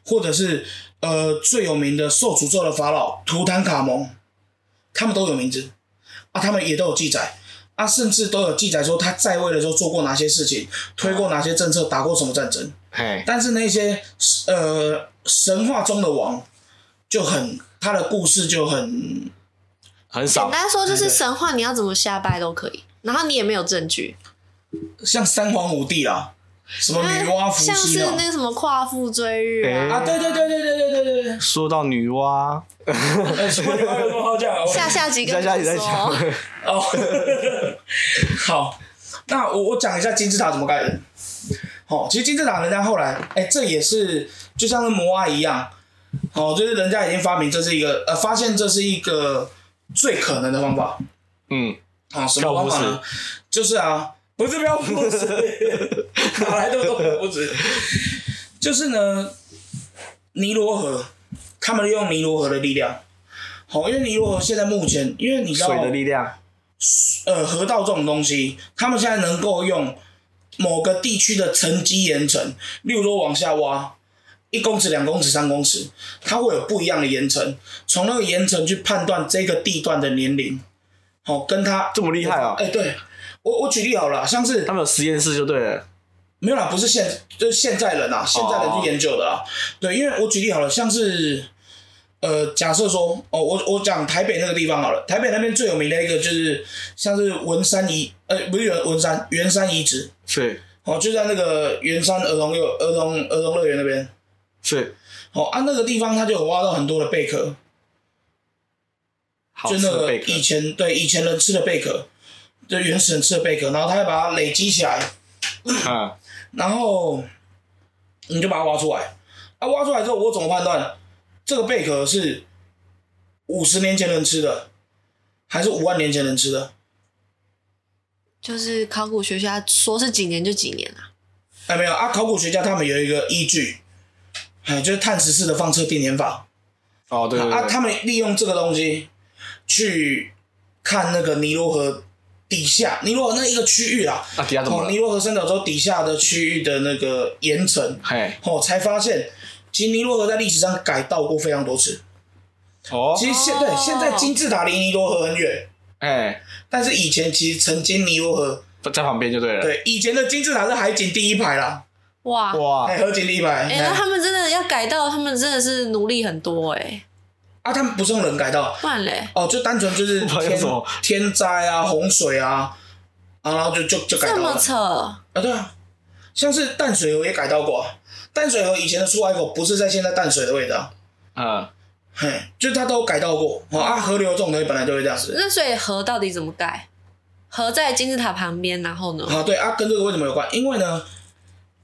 Speaker 1: 或者是呃最有名的受诅咒的法老图坦卡蒙，他们都有名字啊，他们也都有记载啊，甚至都有记载说他在位的时候做过哪些事情，推过哪些政策，打过什么战争。
Speaker 2: 嘿，
Speaker 1: 但是那些呃神话中的王就很他的故事就很
Speaker 2: 很
Speaker 3: 简
Speaker 2: 少。
Speaker 3: 单说就是神话，你要怎么瞎掰都可以，然后你也没有证据，
Speaker 1: 像三皇五帝啦，什么女娲、伏
Speaker 3: 像
Speaker 1: 羲
Speaker 3: 是
Speaker 1: 啦
Speaker 3: 那个什么夸父追日啊，
Speaker 1: 啊，对对对对对对对对
Speaker 2: 说到女娲，
Speaker 1: 对，呃什么女娲有什么好讲啊？我
Speaker 3: 下下集跟
Speaker 2: 大家也在
Speaker 3: 你
Speaker 2: 讲
Speaker 3: 说，
Speaker 1: 哦，好，那我我讲一下金字塔怎么盖的。好、其实金字塔人家后来，哎、这也是就像是摩埃一样，哦，就是人家已经发明这是一个呃，发现这是一个最可能的方法。
Speaker 2: 嗯，
Speaker 1: 啊，什么方法呢？就是啊，不是漂浮石，哪来这么多漂浮石？就是呢，尼罗河，他们利用尼罗河的力量。好，因为尼罗河现在目前，因为你知道
Speaker 2: 水，的力量，
Speaker 1: 呃，河道这种东西，他们现在能够用某个地区的沉积岩层，例如说往下挖一公尺、两公尺、三公尺，它会有不一样的岩层，从那个岩层去判断这个地段的年龄。好，跟它
Speaker 2: 这么厉害啊
Speaker 1: 哎、对我我举例好了，像是
Speaker 2: 他们有实验室就对了。
Speaker 1: 没有啦，不是现就是现在人啊，现在
Speaker 2: 哦
Speaker 1: 人去研究的啦。对，因为我举例好了，像是呃，假设说哦，我我讲台北那个地方好了，台北那边最有名的一个就是像是文山遗呃，不是文文山圆山遗址
Speaker 2: 是
Speaker 1: 哦，就在那个圆山儿童幼儿童儿童乐园那边
Speaker 2: 是，
Speaker 1: 哦啊，那个地方它就有挖到很多的贝壳，
Speaker 2: 好
Speaker 1: 就
Speaker 2: 吃
Speaker 1: 那
Speaker 2: 的
Speaker 1: 个
Speaker 2: 贝壳
Speaker 1: 以前对以前人吃的贝壳，对原始人吃的贝壳，然后他会把它累积起来。
Speaker 2: 啊，
Speaker 1: 然后嗯你就把它挖出来。啊，挖出来之后，我怎么判断这个贝壳是五十年前人吃的，还是五万年前人吃的？
Speaker 3: 就是考古学家说是几年就几年啊，
Speaker 1: 哎，没有啊，考古学家他们有一个依据，哎，就是碳十四的放射定年法
Speaker 2: 哦对对
Speaker 1: 啊，他
Speaker 2: 对，
Speaker 1: 们利用这个东西去看那个尼罗河底下，尼罗河那一个区域啦，
Speaker 2: 那底下怎么
Speaker 1: 哦，尼
Speaker 2: 了？
Speaker 1: 罗河三角洲底下的区域的那个岩层，
Speaker 2: 嘿，
Speaker 1: 哦，才发现，其实尼罗河在历史上改道过非常多次。
Speaker 2: 哦，
Speaker 1: 其实现对现在金字塔离尼罗河很远，
Speaker 2: 哎，
Speaker 1: 但是以前其实曾经尼罗河，
Speaker 2: 在旁边就对了。
Speaker 1: 对以前的金字塔是海景第一排啦，
Speaker 3: 哇，
Speaker 2: 哇，
Speaker 1: 哎，河景第一排。
Speaker 3: 哎、
Speaker 1: 哎
Speaker 3: 那他们真的要改到，他们真的是努力很多哎、
Speaker 1: 啊，他们不是用人改道，
Speaker 3: 不然嘞，
Speaker 1: 哦，就单纯就是
Speaker 2: 不然有
Speaker 1: 天
Speaker 2: 什么
Speaker 1: 天灾啊、洪水啊，啊，然后就就就改
Speaker 3: 这
Speaker 1: 道
Speaker 3: 么
Speaker 1: 了
Speaker 3: 扯，
Speaker 1: 啊，对啊，像是淡水河也改道过、啊，淡水河以前的出海口不是在现在淡水的位置啊，
Speaker 2: 嗯，
Speaker 1: 嘿，就它都改道过，哦啊，河流这种东西本来就会这样子。
Speaker 3: 那所以河到底怎么盖？河在金字塔旁边，然后呢？
Speaker 1: 啊，对啊，跟这个为什么有关？因为呢，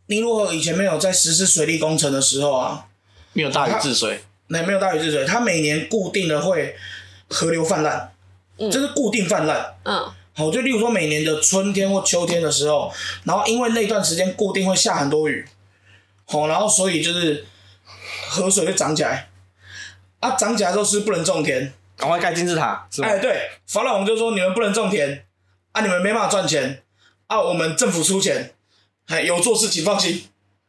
Speaker 1: 尼罗河以前没有在实施水利工程的时候啊，
Speaker 2: 没有大禹治水，
Speaker 1: 那没有大禹治水，它每年固定的会河流泛滥，
Speaker 3: 嗯
Speaker 1: 这是固定泛滥。
Speaker 3: 嗯，
Speaker 1: 好，就例如说每年的春天或秋天的时候，然后因为那段时间固定会下很多雨，好，然后所以就是河水会涨起来，啊，涨价就是不能种田。
Speaker 2: 赶快盖金字塔，是吗？
Speaker 1: 哎，对，法老王就说你们不能种田，啊，你们没办法赚钱，啊，我们政府出钱，哎，有做事情放心，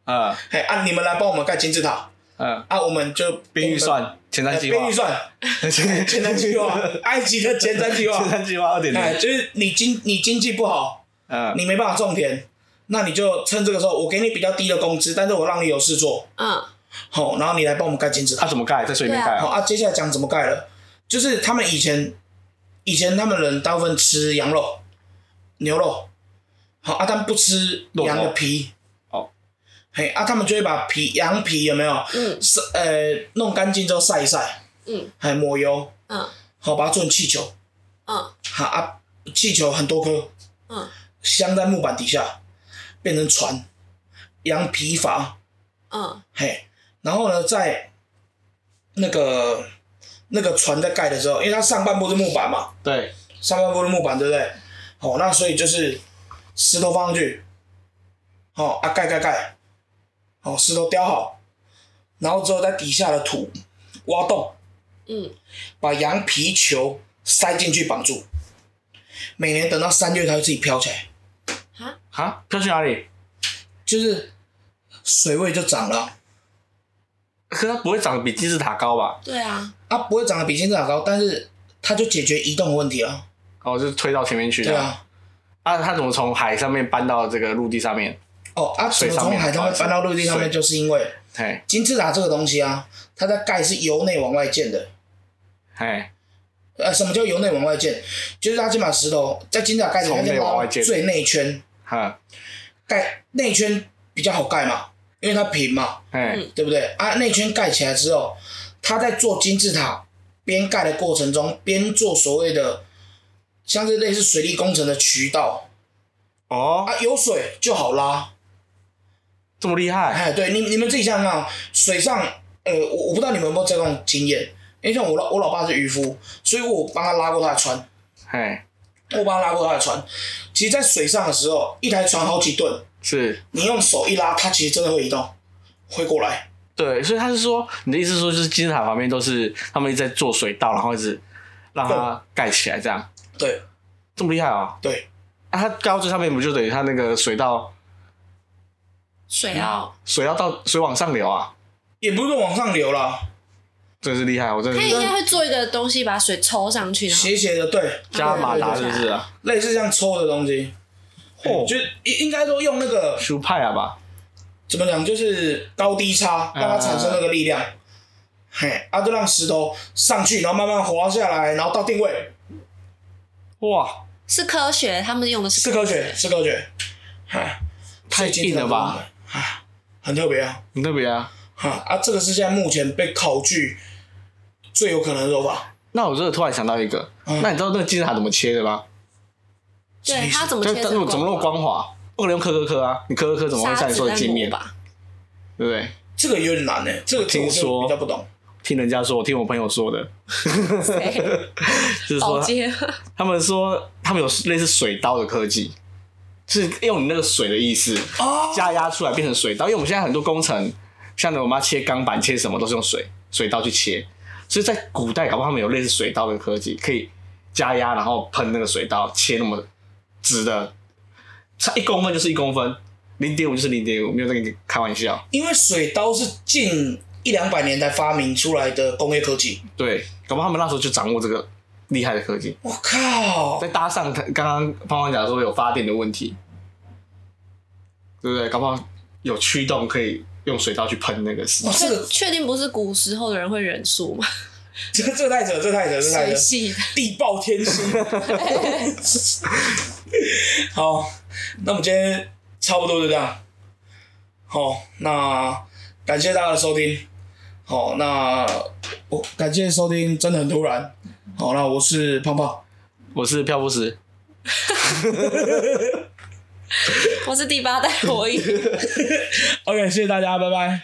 Speaker 2: 嗯
Speaker 1: 哎，啊，你们来帮我们盖金字塔，
Speaker 2: 嗯，
Speaker 1: 啊，我们就
Speaker 2: 编预，算，前
Speaker 1: 哎
Speaker 2: 瞻计划，
Speaker 1: 编预算，
Speaker 2: 前
Speaker 1: 前瞻计 划，埃及的前瞻计
Speaker 2: 前
Speaker 1: 划，
Speaker 2: 瞻计划二点
Speaker 1: 哎，
Speaker 2: 零，
Speaker 1: 就是你经你经济不好，
Speaker 2: 嗯，
Speaker 1: 你没办法种田，那你就趁这个时候，我给你比较低的工资，但是我让你有事做，
Speaker 3: 嗯，
Speaker 1: 好，然后你来帮我们盖金字塔
Speaker 2: 他。怎么盖？在水里面盖
Speaker 1: 好
Speaker 2: 啊？
Speaker 1: 啊，接下来讲怎么盖了，就是他们以前，以前他们人大部分吃羊肉、牛肉，好啊，他们不吃
Speaker 2: 肉
Speaker 1: 羊的
Speaker 2: 头
Speaker 1: 皮，
Speaker 2: 哦，
Speaker 1: 嘿啊，他们就会把皮羊皮有没有，
Speaker 3: 嗯
Speaker 1: 晒呃弄干净之后晒一晒，
Speaker 3: 嗯，
Speaker 1: 还抹油，
Speaker 3: 嗯
Speaker 1: 好把它做成气球，
Speaker 3: 嗯
Speaker 1: 好啊，气球很多颗，
Speaker 3: 嗯，
Speaker 1: 镶在木板底下，变成船，羊皮筏，
Speaker 3: 嗯
Speaker 1: 嘿，然后呢，在那个那个船在盖的时候，因为它上半部是木板嘛，
Speaker 2: 对，
Speaker 1: 上半部是木板，对不对？哦，那所以就是石头放上去，哦啊盖盖盖，哦石头雕好，然后之后在底下的土挖洞，
Speaker 3: 嗯，
Speaker 1: 把羊皮球塞进去绑住，每年等到三月它会自己飘起来，
Speaker 3: 哈，
Speaker 2: 啊，飘去哪里？
Speaker 1: 就是水位就涨了。
Speaker 2: 可它不会长得比金字塔高吧？
Speaker 3: 对啊，
Speaker 1: 啊，不会长得比金字塔高，但是它就解决移动的问题了。
Speaker 2: 哦，就是推到前面去
Speaker 1: 对
Speaker 2: 的。
Speaker 1: 啊，
Speaker 2: 啊，它怎么从海上面搬到这个陆地上面？
Speaker 1: 哦啊，怎
Speaker 2: 水
Speaker 1: 么
Speaker 2: 上
Speaker 1: 从
Speaker 2: 面
Speaker 1: 海上面搬到陆地上面，
Speaker 2: 水
Speaker 1: 就是因为
Speaker 2: 嘿，
Speaker 1: 金字塔这个东西啊，它在盖是由内往外建的。
Speaker 2: 嘿，
Speaker 1: 呃，什么叫由内往外建？就是它先把石头在金字塔盖起来，
Speaker 2: 从内
Speaker 1: 它先
Speaker 2: 往
Speaker 1: 把
Speaker 2: 外
Speaker 1: 它
Speaker 2: 建
Speaker 1: 最内圈
Speaker 2: 哈，
Speaker 1: 盖内圈比较好盖嘛，因为它平嘛，
Speaker 2: 嘿，
Speaker 1: 对不对？啊，内圈盖起来之后，它在做金字塔边盖的过程中，边做所谓的像是类似水利工程的渠道
Speaker 2: 哦，
Speaker 1: 啊，有水就好拉。
Speaker 2: 这么厉害？
Speaker 1: 哎，对，你你们自己想想看啊，水上，呃，我我不知道你们有没有这种经验，因为像我老我老爸是渔夫，所以我帮他拉过他的船，
Speaker 2: 嘿，
Speaker 1: 我帮他拉过他的船。其实，在水上的时候，一台船好几吨，
Speaker 2: 是，
Speaker 1: 你用手一拉，它其实真的会移动，会过来。
Speaker 2: 对，所以他是说，你的意思是说，就是金字塔旁边都是他们一直在做水道，然后一直让它盖起来，这样
Speaker 1: 对
Speaker 2: 这么厉害哦？
Speaker 1: 对，
Speaker 2: 啊，它盖到最上面不就等于它那个水道，
Speaker 3: 水啊澳，
Speaker 2: 水要到水往上流啊？
Speaker 1: 也不是说往上流啦，
Speaker 2: 真是厉害，我真的
Speaker 3: 它
Speaker 2: 是
Speaker 3: 应该会做一个东西把水抽上去，然后
Speaker 1: 斜斜的，对，
Speaker 2: 加马达是不是啊？
Speaker 1: 类似像抽的东西，
Speaker 2: 哦，
Speaker 1: 就应应该说用那个
Speaker 2: 舒派啊吧？
Speaker 1: 怎么讲，就是高低
Speaker 2: 啊
Speaker 1: 差，让它产生那个力量。嘿，啊，就让石头上去，然后慢慢滑下来，然后到定位，
Speaker 2: 哇，
Speaker 3: 是科学，他们用的是
Speaker 1: 是科学，是科学。哎，
Speaker 2: 太硬了吧？
Speaker 1: 哎，很特别啊！
Speaker 2: 很特别啊！
Speaker 1: 哈啊，这个是现在目前被考据最有可能的说法。
Speaker 2: 那我真的突然想到一个，
Speaker 1: 嗯
Speaker 2: 那你知道那个金字塔怎么切的吗？
Speaker 1: 什么
Speaker 3: 对
Speaker 1: 意思
Speaker 3: 它怎么
Speaker 2: 就
Speaker 3: 切
Speaker 2: 是它
Speaker 3: 成
Speaker 2: 怎
Speaker 3: 啊
Speaker 2: 么怎么那么光滑？不可能用磕磕磕啊！你磕磕磕怎么会
Speaker 3: 砂
Speaker 2: 像你
Speaker 3: 纸
Speaker 2: 说的
Speaker 3: 在
Speaker 2: 镜
Speaker 3: 磨
Speaker 2: 面？
Speaker 3: 吧？
Speaker 2: 对不对？
Speaker 1: 这个有点难呢、这个这个
Speaker 2: 听
Speaker 1: 我就
Speaker 2: 说
Speaker 1: 比较不懂。
Speaker 2: 听人家说，我听我朋友说的，
Speaker 3: 对
Speaker 2: 就是
Speaker 3: 保
Speaker 2: 说
Speaker 3: 洁，
Speaker 2: 他们说他们有类似水刀的科技，就是用你那个水的意思
Speaker 1: 哦
Speaker 2: 加压出来变成水刀。因为我们现在很多工程，像我妈切钢板、切什么都是用水水刀去切，所以在古代搞不好他们有类似水刀的科技，可以加压然后喷那个水刀切那么直的，差一公分就是一公分，零点五就是零点五，没有在跟你开玩笑。
Speaker 1: 因为水刀是近一两百年才发明出来的工业科技。
Speaker 2: 对，搞不好他们那时候就掌握这个厉害的科技。
Speaker 1: 我靠
Speaker 2: 再！搭上他刚刚芳芳讲说有发电的问题，对不对？搞不好有驱动可以用水刀去喷那个石
Speaker 1: 哇，。这
Speaker 3: 确
Speaker 1: 个
Speaker 3: 确定不是古时候的人会忍术吗？
Speaker 1: 这个这个太扯，这个太扯，这
Speaker 2: 啊
Speaker 1: 个太
Speaker 3: 水
Speaker 1: 扯。
Speaker 3: 系的，
Speaker 1: 地爆天 星。好，那我们今天差不多就这样。好，那感谢大家的收听。好，那我感谢收听，真的很突然。好，那我是胖胖，
Speaker 2: 我是漂浮石，
Speaker 3: 我是第八代火影。
Speaker 1: OK，谢谢大家，拜拜。